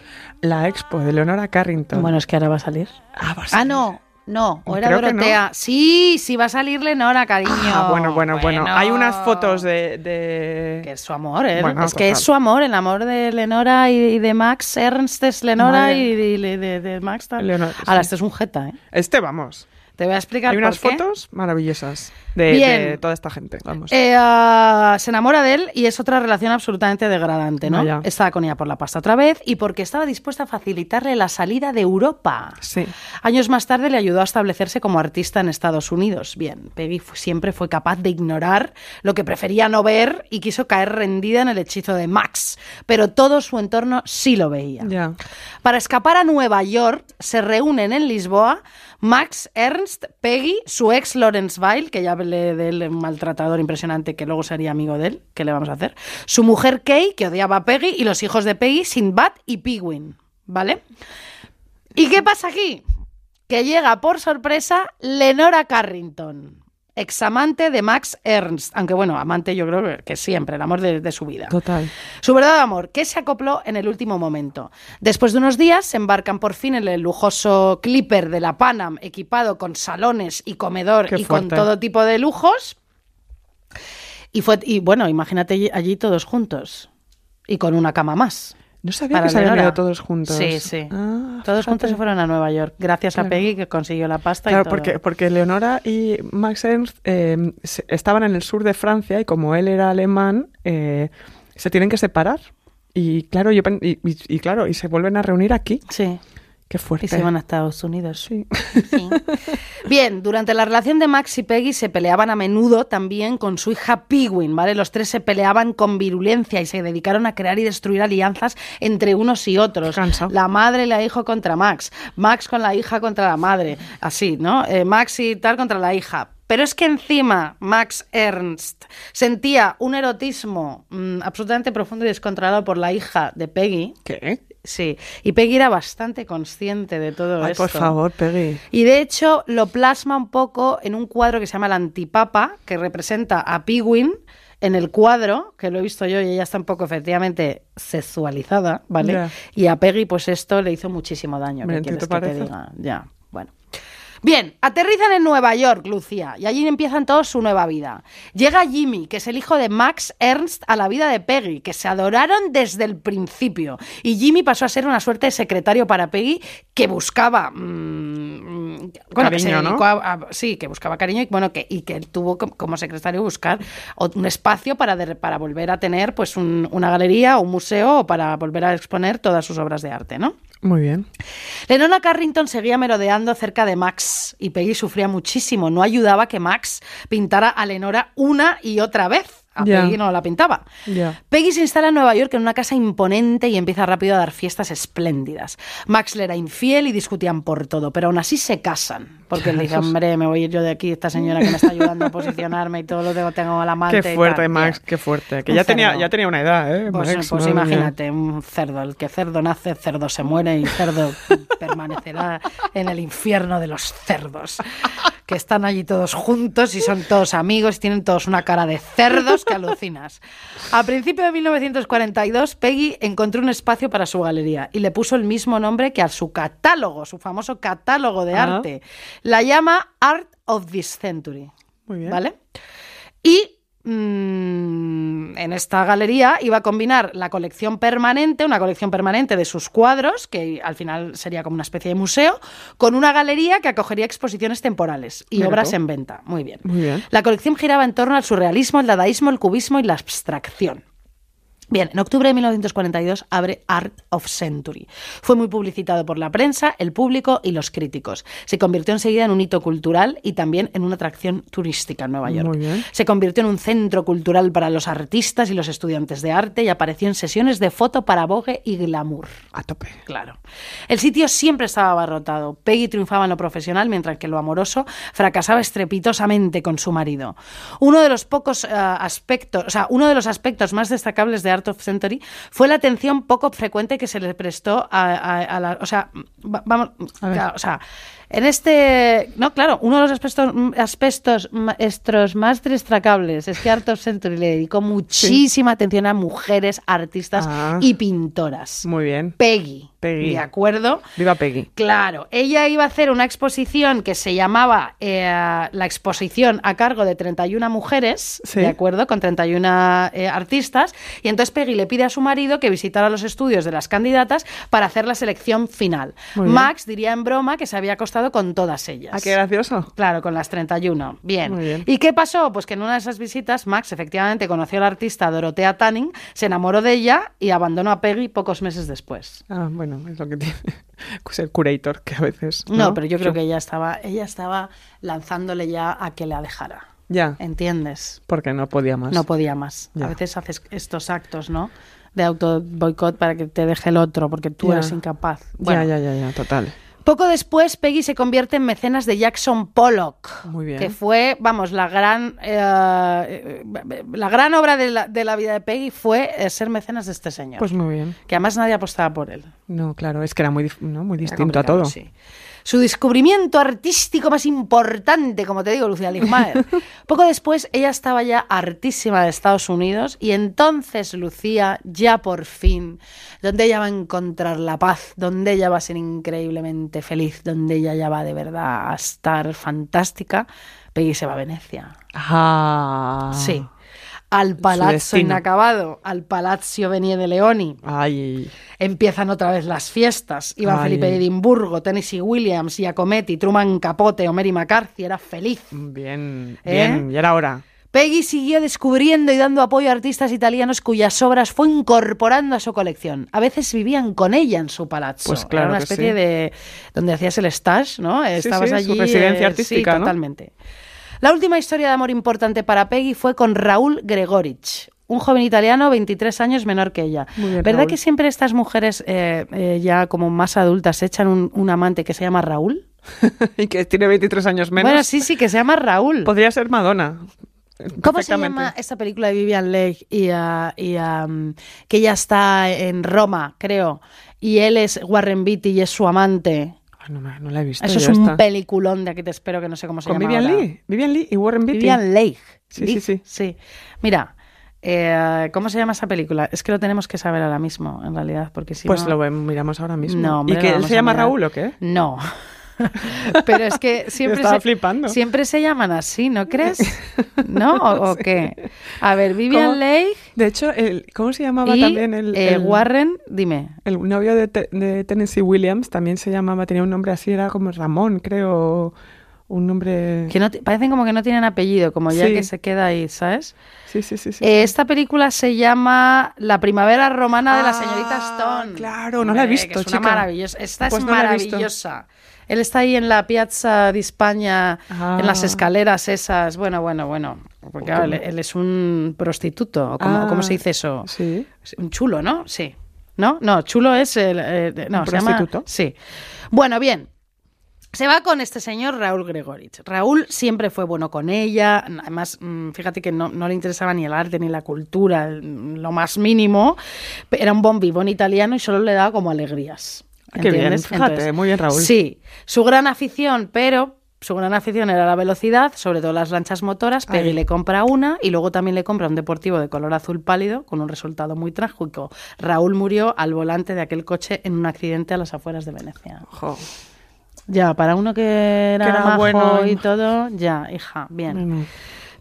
la expo de Leonora Carrington.
Bueno, es que ahora va a salir.
ah, vas a
Ah,
ver.
no, no, o era
Creo que
Dorotea. Sí, sí va a salir Leonora, cariño.
Ah, bueno, bueno, bueno, Hay unas fotos de. de-
Que es su amor, ¿eh?
Bueno,
es que es
total.
su amor, el amor de Lenora y, y de Max Ernst es Lenora
Madre.
y, y de, de- de Max tal.
Leonora,
Ahora,
sí.
este es un jeta, ¿eh?
Este, vamos.
Te voy a explicar
Hay unas
por qué.
fotos maravillosas de,
¿eh? Bien.
de toda esta gente. Vamos.
Eh, ah, se enamora de él y es otra relación absolutamente degradante, ¿no?
Vaya.
Estaba con ella por la pasta otra vez y porque estaba dispuesta a facilitarle la salida de Europa.
sí.
Años más tarde le ayudó a establecerse como artista en Estados Unidos. Bien, Peggy fu- siempre fue capaz de ignorar lo que prefería no ver y quiso caer rendida en el hechizo de Max, pero todo su entorno sí lo veía.
Ya.
Para escapar a Nueva York, se reúnen en Lisboa Max, Ernst, Peggy, su ex Lawrence Vail, que ya hablé de él, un maltratador impresionante que luego sería amigo de él, ¿qué le vamos a hacer? Su mujer Kay, que odiaba a Peggy, y los hijos de Peggy, Sinbad y Pigwin, ¿vale? ¿Y qué pasa aquí? Que llega por sorpresa Lenora Carrington, examante de Max Ernst, aunque bueno, amante yo creo que- que siempre, el amor de, de su vida.
Total.
Su verdadero amor, que se acopló en el último momento. Después de unos días, se embarcan por fin en el lujoso Clipper de la Panam, equipado con salones y comedor
Qué
y con
fuerte.
todo tipo de lujos. Y, fue, y bueno, imagínate allí- allí todos juntos. Y con una cama más.
No sabía
Para
que se habían
Leonora.
ido todos juntos.
Sí, sí.
Ah,
todos juntos
fíjate.
se fueron a Nueva York, gracias a
Claro.
Peggy que consiguió la pasta. y
Claro,
todo.
porque, porque Leonora y Max Ernst eh, se- estaban en el sur de Francia y como él era alemán, eh, se tienen que separar. Y claro, yo pen- y, y- y claro, y se vuelven a reunir aquí.
Sí.
Qué fuerte.
Y se van a Estados Unidos.
Sí.
Bien, durante la relación de Max y Peggy se peleaban a menudo también con su hija Pigwin, ¿vale? Los tres se peleaban con virulencia y se dedicaron a crear y destruir alianzas entre unos y otros.
Cansado.
La madre y la hija contra Max, Max con la hija contra la madre, así, ¿no? Eh, Max y tal contra la hija. Pero es que encima Max Ernst sentía un erotismo mm, absolutamente profundo y descontrolado por la hija de Peggy.
¿Qué?
Sí, y Peggy era bastante consciente de todo
Ay,
esto.
por favor, Peggy.
Y de hecho lo plasma un poco en un cuadro que se llama El Antipapa, que representa a Pigwin en el cuadro, que lo he visto yo y ella está un poco efectivamente sexualizada, ¿vale?
Ya.
Y a Peggy pues esto le hizo muchísimo daño. ¿qué
Hombre, ¿a ti
quieres
te
que te
parece?
diga? Ya, bueno. Bien, aterrizan en Nueva York, Lucía, y allí empiezan todos su nueva vida. Llega Jimmy, que es el hijo de Max Ernst, a la vida de Peggy, que se adoraron desde el principio. Y Jimmy pasó a ser una suerte de secretario para Peggy que buscaba. mm, mm, bueno, que se
Cariño, ¿no?
dedicó a- a- sí, que buscaba cariño y bueno, que, y que él tuvo com- como secretario buscar o- un espacio para, de- para volver a tener pues un- una galería o un museo o para volver a exponer todas sus obras de arte, ¿no?
Muy bien.
Lenora Carrington seguía merodeando cerca de Max y Peggy sufría muchísimo. No ayudaba que Max pintara a Lenora una y otra vez. A
Ya.
Peggy no la pintaba.
Ya.
Peggy se instala en Nueva York en una casa imponente y empieza rápido a dar fiestas espléndidas. Max le era infiel y discutían por todo, pero aún así se casan. Porque él dice, hombre, me voy a ir yo de aquí, esta señora que me está ayudando a posicionarme y todo lo tengo, tengo a la amante.
Qué
y
fuerte,
tal".
Max,
Bien.
qué fuerte. Que
Un
ya tenía,
cerdo.
ya tenía una edad, ¿eh?
Pues,
Max,
pues
madre mía.
imagínate, un cerdo, el que cerdo nace, cerdo se muere y cerdo permanecerá en el infierno de los cerdos, que están allí todos juntos y son todos amigos y tienen todos una cara de cerdos que alucinas. A principios de 1942, Peggy encontró un espacio para su galería y le puso el mismo nombre que a su catálogo, su famoso catálogo de
Ah.
arte. La llama Art of this Century.
Muy bien.
¿Vale? Y mm, en esta galería iba a combinar la colección permanente, una colección permanente de sus cuadros, que al final sería como una especie de museo, con una galería que acogería exposiciones temporales y
Mira
obras
tú.
en venta. Muy bien.
Muy bien.
La colección giraba en torno al surrealismo, el dadaísmo, el cubismo y la abstracción. Bien, en octubre de 1942 abre Art of Century. Fue muy publicitado por la prensa, el público y los críticos. Se convirtió enseguida en un hito cultural y también en una atracción turística en Nueva York.
Muy bien.
Se convirtió en un centro cultural para los artistas y los estudiantes de arte y apareció en sesiones de foto para Vogue y Glamour.
A tope.
Claro. El sitio siempre estaba abarrotado. Peggy triunfaba en lo profesional, mientras que en lo amoroso fracasaba estrepitosamente con su marido. Uno de los pocos eh, aspectos, o sea, uno de los aspectos más destacables de Art of Century fue la atención poco frecuente que se le prestó a, a- a la, o sea, va- vamos,
A ver.
claro, o sea, en este, no, claro, uno de los aspectos, mm, aspectos maestros más destacables es que Art of Century le dedicó muchísima atención a mujeres, artistas
Ah.
y pintoras.
Muy bien.
Peggy.
Peggy.
¿De acuerdo?
Viva Peggy.
Claro, ella iba a hacer una exposición que se llamaba eh, la exposición a cargo de 31 mujeres,
Sí.
¿de acuerdo? Con 31 eh, artistas. Y entonces Peggy le pide a su marido que visitara los estudios de las candidatas para hacer la selección final.
Muy bien.
Max diría en broma que se había acostado con todas ellas.
Ah, qué gracioso.
Claro, con las 31. Bien.
Muy bien.
¿Y qué pasó? Pues que en una de esas visitas, Max efectivamente conoció a la artista Dorotea Tanning, se enamoró de ella y abandonó a Peggy pocos meses después.
Ah, bueno, es lo que tiene ser curator, que a veces.
No, pero yo creo que ella estaba, ella estaba lanzándole ya a que la dejara.
Ya,
¿Entiendes?
porque no podía más.
No podía más.
Ya.
A veces haces estos actos, ¿no? De auto boicot para que te deje el otro, porque tú
Ya.
eres incapaz. Bueno,
Ya, ya, ya, ya, total.
Poco después, Peggy se convierte en mecenas de Jackson Pollock,
Muy bien.
que fue, vamos, la gran, eh, eh, la gran obra de la, de la vida de Peggy fue eh, ser mecenas de este señor,
Pues muy bien.
que además nadie apostaba por él.
No, claro, es que era muy, dif- ¿no? muy
Era
distinto a
complicado,
todo.
sí. Su descubrimiento artístico más importante, como te digo, Lucía Ligmaer. Poco después, ella estaba ya hartísima de Estados Unidos y entonces Lucía, ya por fin, donde ella va a encontrar la paz, donde ella va a ser increíblemente feliz, donde ella ya va de verdad a estar fantástica, Peggy se va a Venecia.
Ah.
Sí. Al palazzo
destino.
inacabado, al palazzo Venie de Leoni.
Ay,
Empiezan otra vez las fiestas. Iban
Ay.
Felipe de Edimburgo, Tennessee Williams, Giacometti, Truman Capote o Mary McCarthy. Era feliz.
bien,
¿Eh?
bien, y era hora.
Peggy siguió descubriendo y dando apoyo a artistas italianos cuyas obras fue incorporando a su colección. A veces vivían con ella en su palazzo.
Pues claro
Era una
que
especie
sí.
de... donde hacías el stage, ¿no? Estabas
sí, su
allí... eh,
residencia
sí,
artística, ¿no?
totalmente. La última historia de amor importante para Peggy fue con Raúl Gregorich, un joven italiano 23 años menor que ella.
Muy bien,
¿Verdad
Raúl.
que siempre estas mujeres eh, eh, ya como más adultas se echan un, un amante que se llama Raúl?
y que tiene 23 años menos.
Bueno, sí, sí, que se llama Raúl.
Podría ser Madonna.
¿Cómo se
perfectamente.
llama esta película de Vivian Leigh y, ah, y, ah, que ella está en Roma, creo, y él es Warren Beatty y es su amante?
Ah, No, me- no la he visto.
Eso es
ya
un
está.
peliculón de aquí te espero que no sé cómo se
Con
llama.
Vivian
ahora.
Lee. Vivian Lee y Warren Beatty.
Vivian Leigh.
Sí, sí,
Leigh,
sí.
Mira, eh, ¿cómo se llama esa película? Es que lo tenemos que saber ahora mismo, en realidad, porque si
Pues
no...
lo ve- miramos ahora mismo.
No, hombre,
¿Y que
no
él
vamos
se
a
llama
mirar.
Raúl o qué?
No. Pero es que siempre
estaba
se,
flipando.
siempre se llaman así, ¿no crees? ¿No? ¿O, o qué? A ver,
¿Cómo?
Vivian Leigh
De hecho, el, ¿cómo se llamaba
y
también el,
eh,
el-
Warren, dime.
el novio de, Te- de Tennessee Williams? También se llamaba, tenía un nombre así, era como Ramón, creo. Un nombre.
Que no ti- parecen como que no tienen apellido, como ya
Sí.
que se queda ahí, ¿sabes?
Sí, sí, sí. sí.
Eh, esta película se llama La primavera romana de la señorita
Ah,
Stone.
claro, no la he
Hombre,
visto,
que es una
chica.
maravillosa. Esta
Pues
es
no la he visto.
maravillosa. Él está ahí en la Piazza de España,
Ah.
en las escaleras esas. Bueno, bueno, bueno. Porque claro, él, él es un prostituto, o como-
Ah,
¿cómo se dice eso?
Sí.
Un chulo, ¿no? Sí. ¿No? No, chulo es el... eh, de- no,
¿Un
se llama-
prostituto?
Sí. Bueno, bien. Se va con este señor Raúl Gregorich. Raúl siempre fue bueno con ella, además, mm, fíjate que no, no le interesaba ni el arte ni la cultura, el- mm, lo más mínimo. Era un bon vivón italiano y solo le daba como alegrías.
Ah, qué bien,
¿entiendes?
fíjate, muy bien, Raúl.
Sí, su gran afición, pero su gran afición era la velocidad, sobre todo las lanchas motoras. Peggy
Ay.
le compra una y luego también le compra un deportivo de color azul pálido con un resultado muy trágico. Raúl murió al volante de aquel coche en un accidente a las afueras de Venecia.
Jo.
Ya, para uno que era,
Que era
majo
bueno y-
y todo, ya, hija, bien.
Bueno,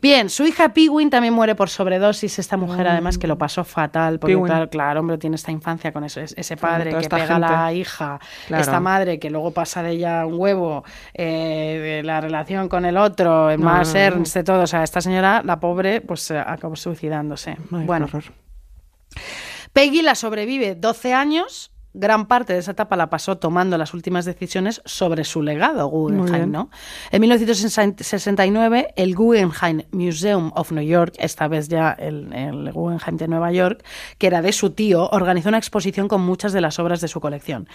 Bien, su hija Piwin también muere por sobredosis, esta mujer además que lo pasó fatal, porque
Pee-wee.
claro, claro, hombre, tiene esta infancia con eso, es- ese padre
toda
que
esta
pega a la
gente.
hija,
Claro.
esta madre que luego pasa de ella un huevo, eh, de la relación con el otro, el
No,
más
no, no.
Ernst, de todo, o sea, esta señora, la pobre, pues eh, acabó suicidándose.
madre, qué
bueno,
horror.
Peggy la sobrevive 12 años. Gran parte de esa etapa la pasó tomando las últimas decisiones sobre su legado,
Muy
Guggenheim,
bien.
¿no? En 1969, el Guggenheim Museum of New York, esta vez ya el, el Guggenheim de Nueva York, que era de su tío, organizó una exposición con muchas de las obras de su colección.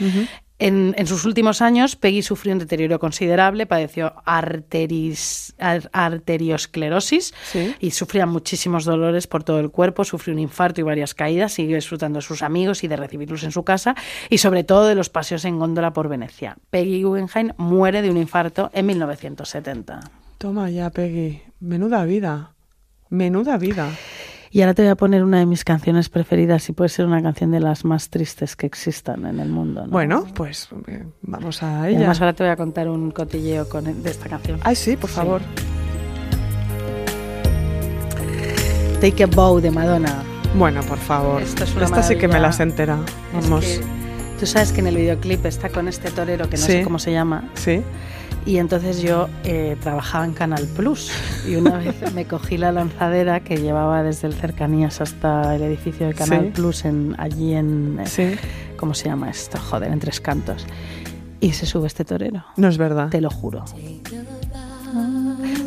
en, en sus últimos años, Peggy sufrió un deterioro considerable, padeció arteris- ar- arteriosclerosis
Sí.
y sufría muchísimos dolores por todo el cuerpo, sufrió un infarto y varias caídas, siguió disfrutando de sus amigos y de recibirlos en su casa y sobre todo de los paseos en góndola por Venecia. Peggy Guggenheim muere de un infarto en 1970.
Toma ya, Peggy. Menuda vida. Menuda vida.
Y ahora te voy a poner una de mis canciones preferidas y puede ser una canción de las más tristes que existan en el mundo. ¿no?
Bueno, pues eh, vamos a
Y
ella.
además ahora te voy a contar un cotilleo con, de esta canción.
Ay, sí, por favor.
Take a Bow de Madonna.
Bueno, por favor.
Esto es una
Esta sí que me
maravilla.
las entera.
Es
Vamos.
que tú sabes que en el videoclip está con este torero que no
Sí.
sé cómo se llama.
Sí.
Y entonces yo eh, trabajaba en Canal Plus y una vez me cogí la lanzadera que llevaba desde el cercanías hasta el edificio de Canal
Sí.
Plus en, allí en... eh,
Sí.
¿Cómo se llama esto? Joder, en Tres Cantos. Y se sube este torero,
No es verdad.
te lo juro.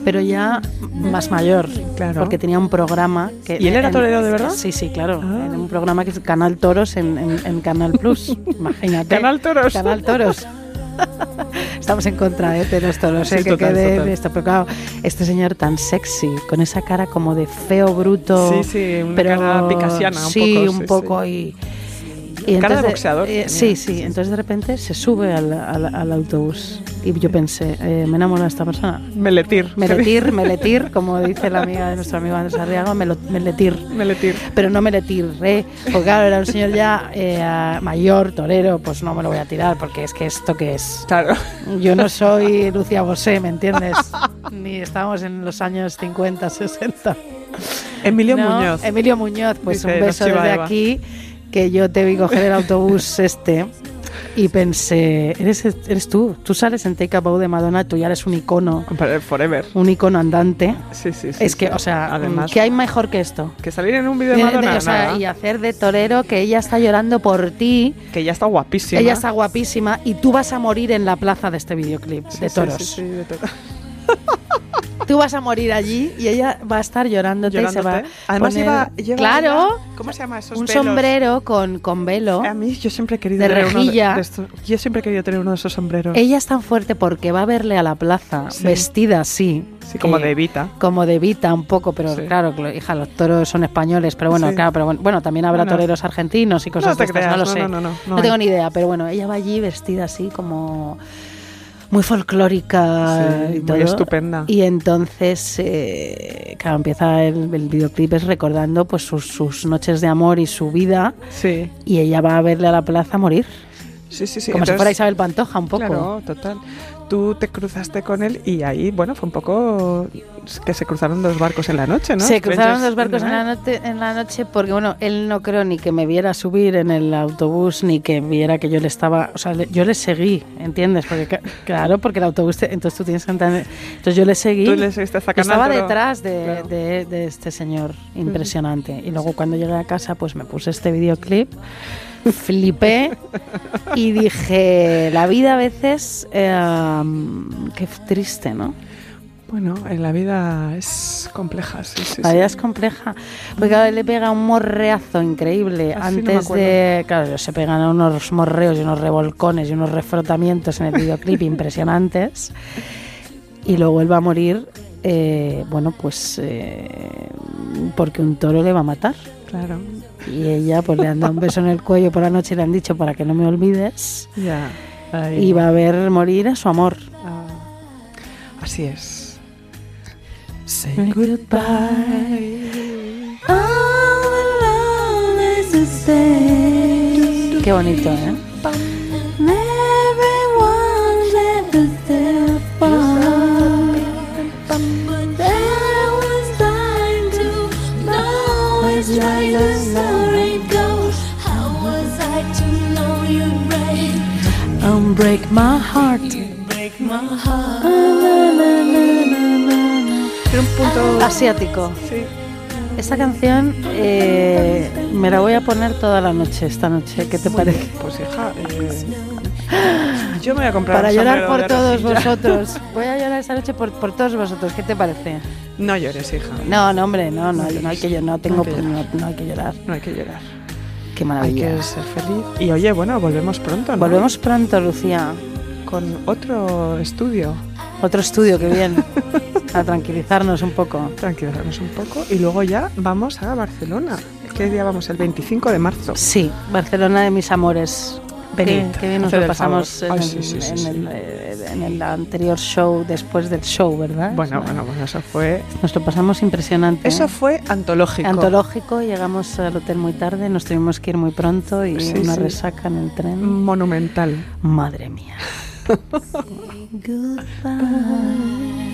Pero ya más mayor,
Claro.
porque tenía un programa que...
¿Y él era
en-
torero de verdad?
Sí, sí, claro.
Ah.
En un programa que es Canal Toros en, en- en Canal Plus, imagínate.
Canal Toros.
Canal Toros. Estamos en contra ¿eh? de los toros,
Sí,
¿eh? que
total,
quede
total.
esto. Pero claro, este señor tan sexy, con esa cara como de feo bruto.
Sí, sí, una
pero
cara picasiana, un
sí,
poco,
un
sí,
poco. Y, y
Cara de
entonces
boxeador
eh,
tenía.
sí, sí. Entonces de repente se sube al, al- al autobús. Y yo pensé, eh, me enamoro de esta persona.
Meletir.
Meletir, meletir, como dice la amiga de nuestro amigo Andrés Arriaga, melo- meletir
Meletir.
pero no me le tiré. Porque claro, era un señor ya eh, mayor, torero, pues no me lo voy a tirar, porque es que esto que es.
Claro.
Yo no soy Lucia Bosé, ¿me entiendes? Ni estamos en los años 50, 60.
Emilio
¿no?
Muñoz.
Emilio Muñoz, pues
Dice,
un
nos
beso
chiva
desde
Eva.
aquí, que yo te vi coger el autobús este. Y pensé, eres, eres tú, tú sales en Take a Bow de Madonna, tú ya eres un icono,
Para el Forever.
un icono andante.
Sí, sí, sí.
es que,
sí.
o sea, mm,
Además,
¿qué hay mejor que esto?
que salir en un vídeo de
De- de-
Madonna,
o sea,
nada.
y hacer de torero que ella está llorando por ti,
que ya está guapísima.
ella está guapísima y tú vas a morir en la plaza de este videoclip
Sí,
de
sí,
toros.
Sí, sí, de toros.
Tú vas a morir allí y ella va a estar llorándote, y se va.
Llorándote.
a
Además
poner-
lleva, lleva
claro,
una- ¿Cómo se llama esos
un
pelos?
sombrero con, con velo.
A mí yo siempre he querido
De
tener uno
rejilla.
estos- yo siempre he querido tener uno de esos sombreros.
Ella es tan fuerte porque va a verle a la plaza
Sí.
vestida así.
sí, como
que-
de Evita.
Como de Vita un poco, pero
Sí.
claro, que lo- hija, los toros son españoles, pero bueno,
Sí.
claro, pero bueno, bueno, también habrá
Bueno.
toreros argentinos y cosas
No te
de estas,
creas,
no lo
no,
sé.
no, no, no, no
tengo
hay.
ni idea, pero bueno, ella va allí vestida así como muy folclórica
Sí,
y
muy
todo.
estupenda.
Y entonces, eh, claro, empieza el, el videoclip es recordando pues sus, sus noches de amor y su vida
Sí.
y ella va a verle a la plaza morir,
Sí, sí, sí.
como si
Entonces,
fuera Isabel Pantoja un poco.
Claro, total. Tú te cruzaste con él y ahí, bueno, fue un poco que se cruzaron dos barcos en la noche, ¿no?
Se cruzaron
Strangers
los barcos
in
en
the
la,
night.
noche, en la noche porque, bueno, él no creo ni que me viera subir en el autobús ni que viera que yo le estaba... O sea, le- yo le seguí, ¿entiendes? Porque, ca- claro, porque el autobús... te- entonces tú tienes que entender... Entonces yo le seguí.
Tú le seguiste hasta
y estaba
Canal Toro.
detrás de,
Claro.
de- de este señor impresionante. Y luego cuando llegué a casa, pues me puse este videoclip, flipé y dije, la vida a veces... eh, qué triste, ¿no?
Bueno, en la vida es compleja, sí, sí.
La
sí.
vida es compleja. Porque claro, él le pega un morreazo increíble.
Ah, sí, no me
Antes
acuerdo.
de. Claro, se pegan unos morreos y unos revolcones y unos refrotamientos en el videoclip impresionantes. Y luego él va a morir. eh, bueno, pues. eh, porque un toro le va a matar.
Claro,
Y ella, pues le han dado un beso en el cuello por la noche y le han dicho para que no me olvides.
ya. Ahí.
Y va a ver morir a su amor.
Ah, así es. Say goodbye.
Qué bonito, ¿eh? Um, break my heart.
Tiene un punto
Asiático.
sí,
Esta canción eh, me la voy a poner toda la noche, esta noche. ¿Qué te parece?
Pues hija, eh, yo me voy a comprar
Para
un
llorar
sombrero
por
de
todos
rejilla.
vosotros. Voy a llorar esta noche por, por todos vosotros. ¿Qué te parece?
No llores, hija.
No, no, hombre, no, no, no hay que llorar. No, tengo,
hay que
no, no hay que llorar.
No hay que llorar.
Qué
Hay
maravilla.
que ser feliz. Y oye, bueno, volvemos pronto, ¿no?
Volvemos pronto, Lucía.
con otro estudio.
Otro estudio, qué bien. A tranquilizarnos un poco.
Tranquilizarnos un poco y luego ya vamos a Barcelona. ¿Qué día vamos? El 25 de marzo.
Sí, Barcelona de mis amores.
Venid,
Qué- qué bien nos
haced
lo
el
pasamos en
favor. Ay,
el,
sí, sí, sí,
en
sí.
el, eh, en el anterior show, después del show, ¿verdad?
Bueno, bueno, bueno, eso fue. ¿eh?
Nos lo pasamos impresionante. ¿eh?
Eso fue antológico.
Antológico, llegamos al hotel muy tarde, nos tuvimos que ir muy pronto y
Sí,
una
sí.
resaca en el tren.
Monumental.
Madre mía. Goodbye.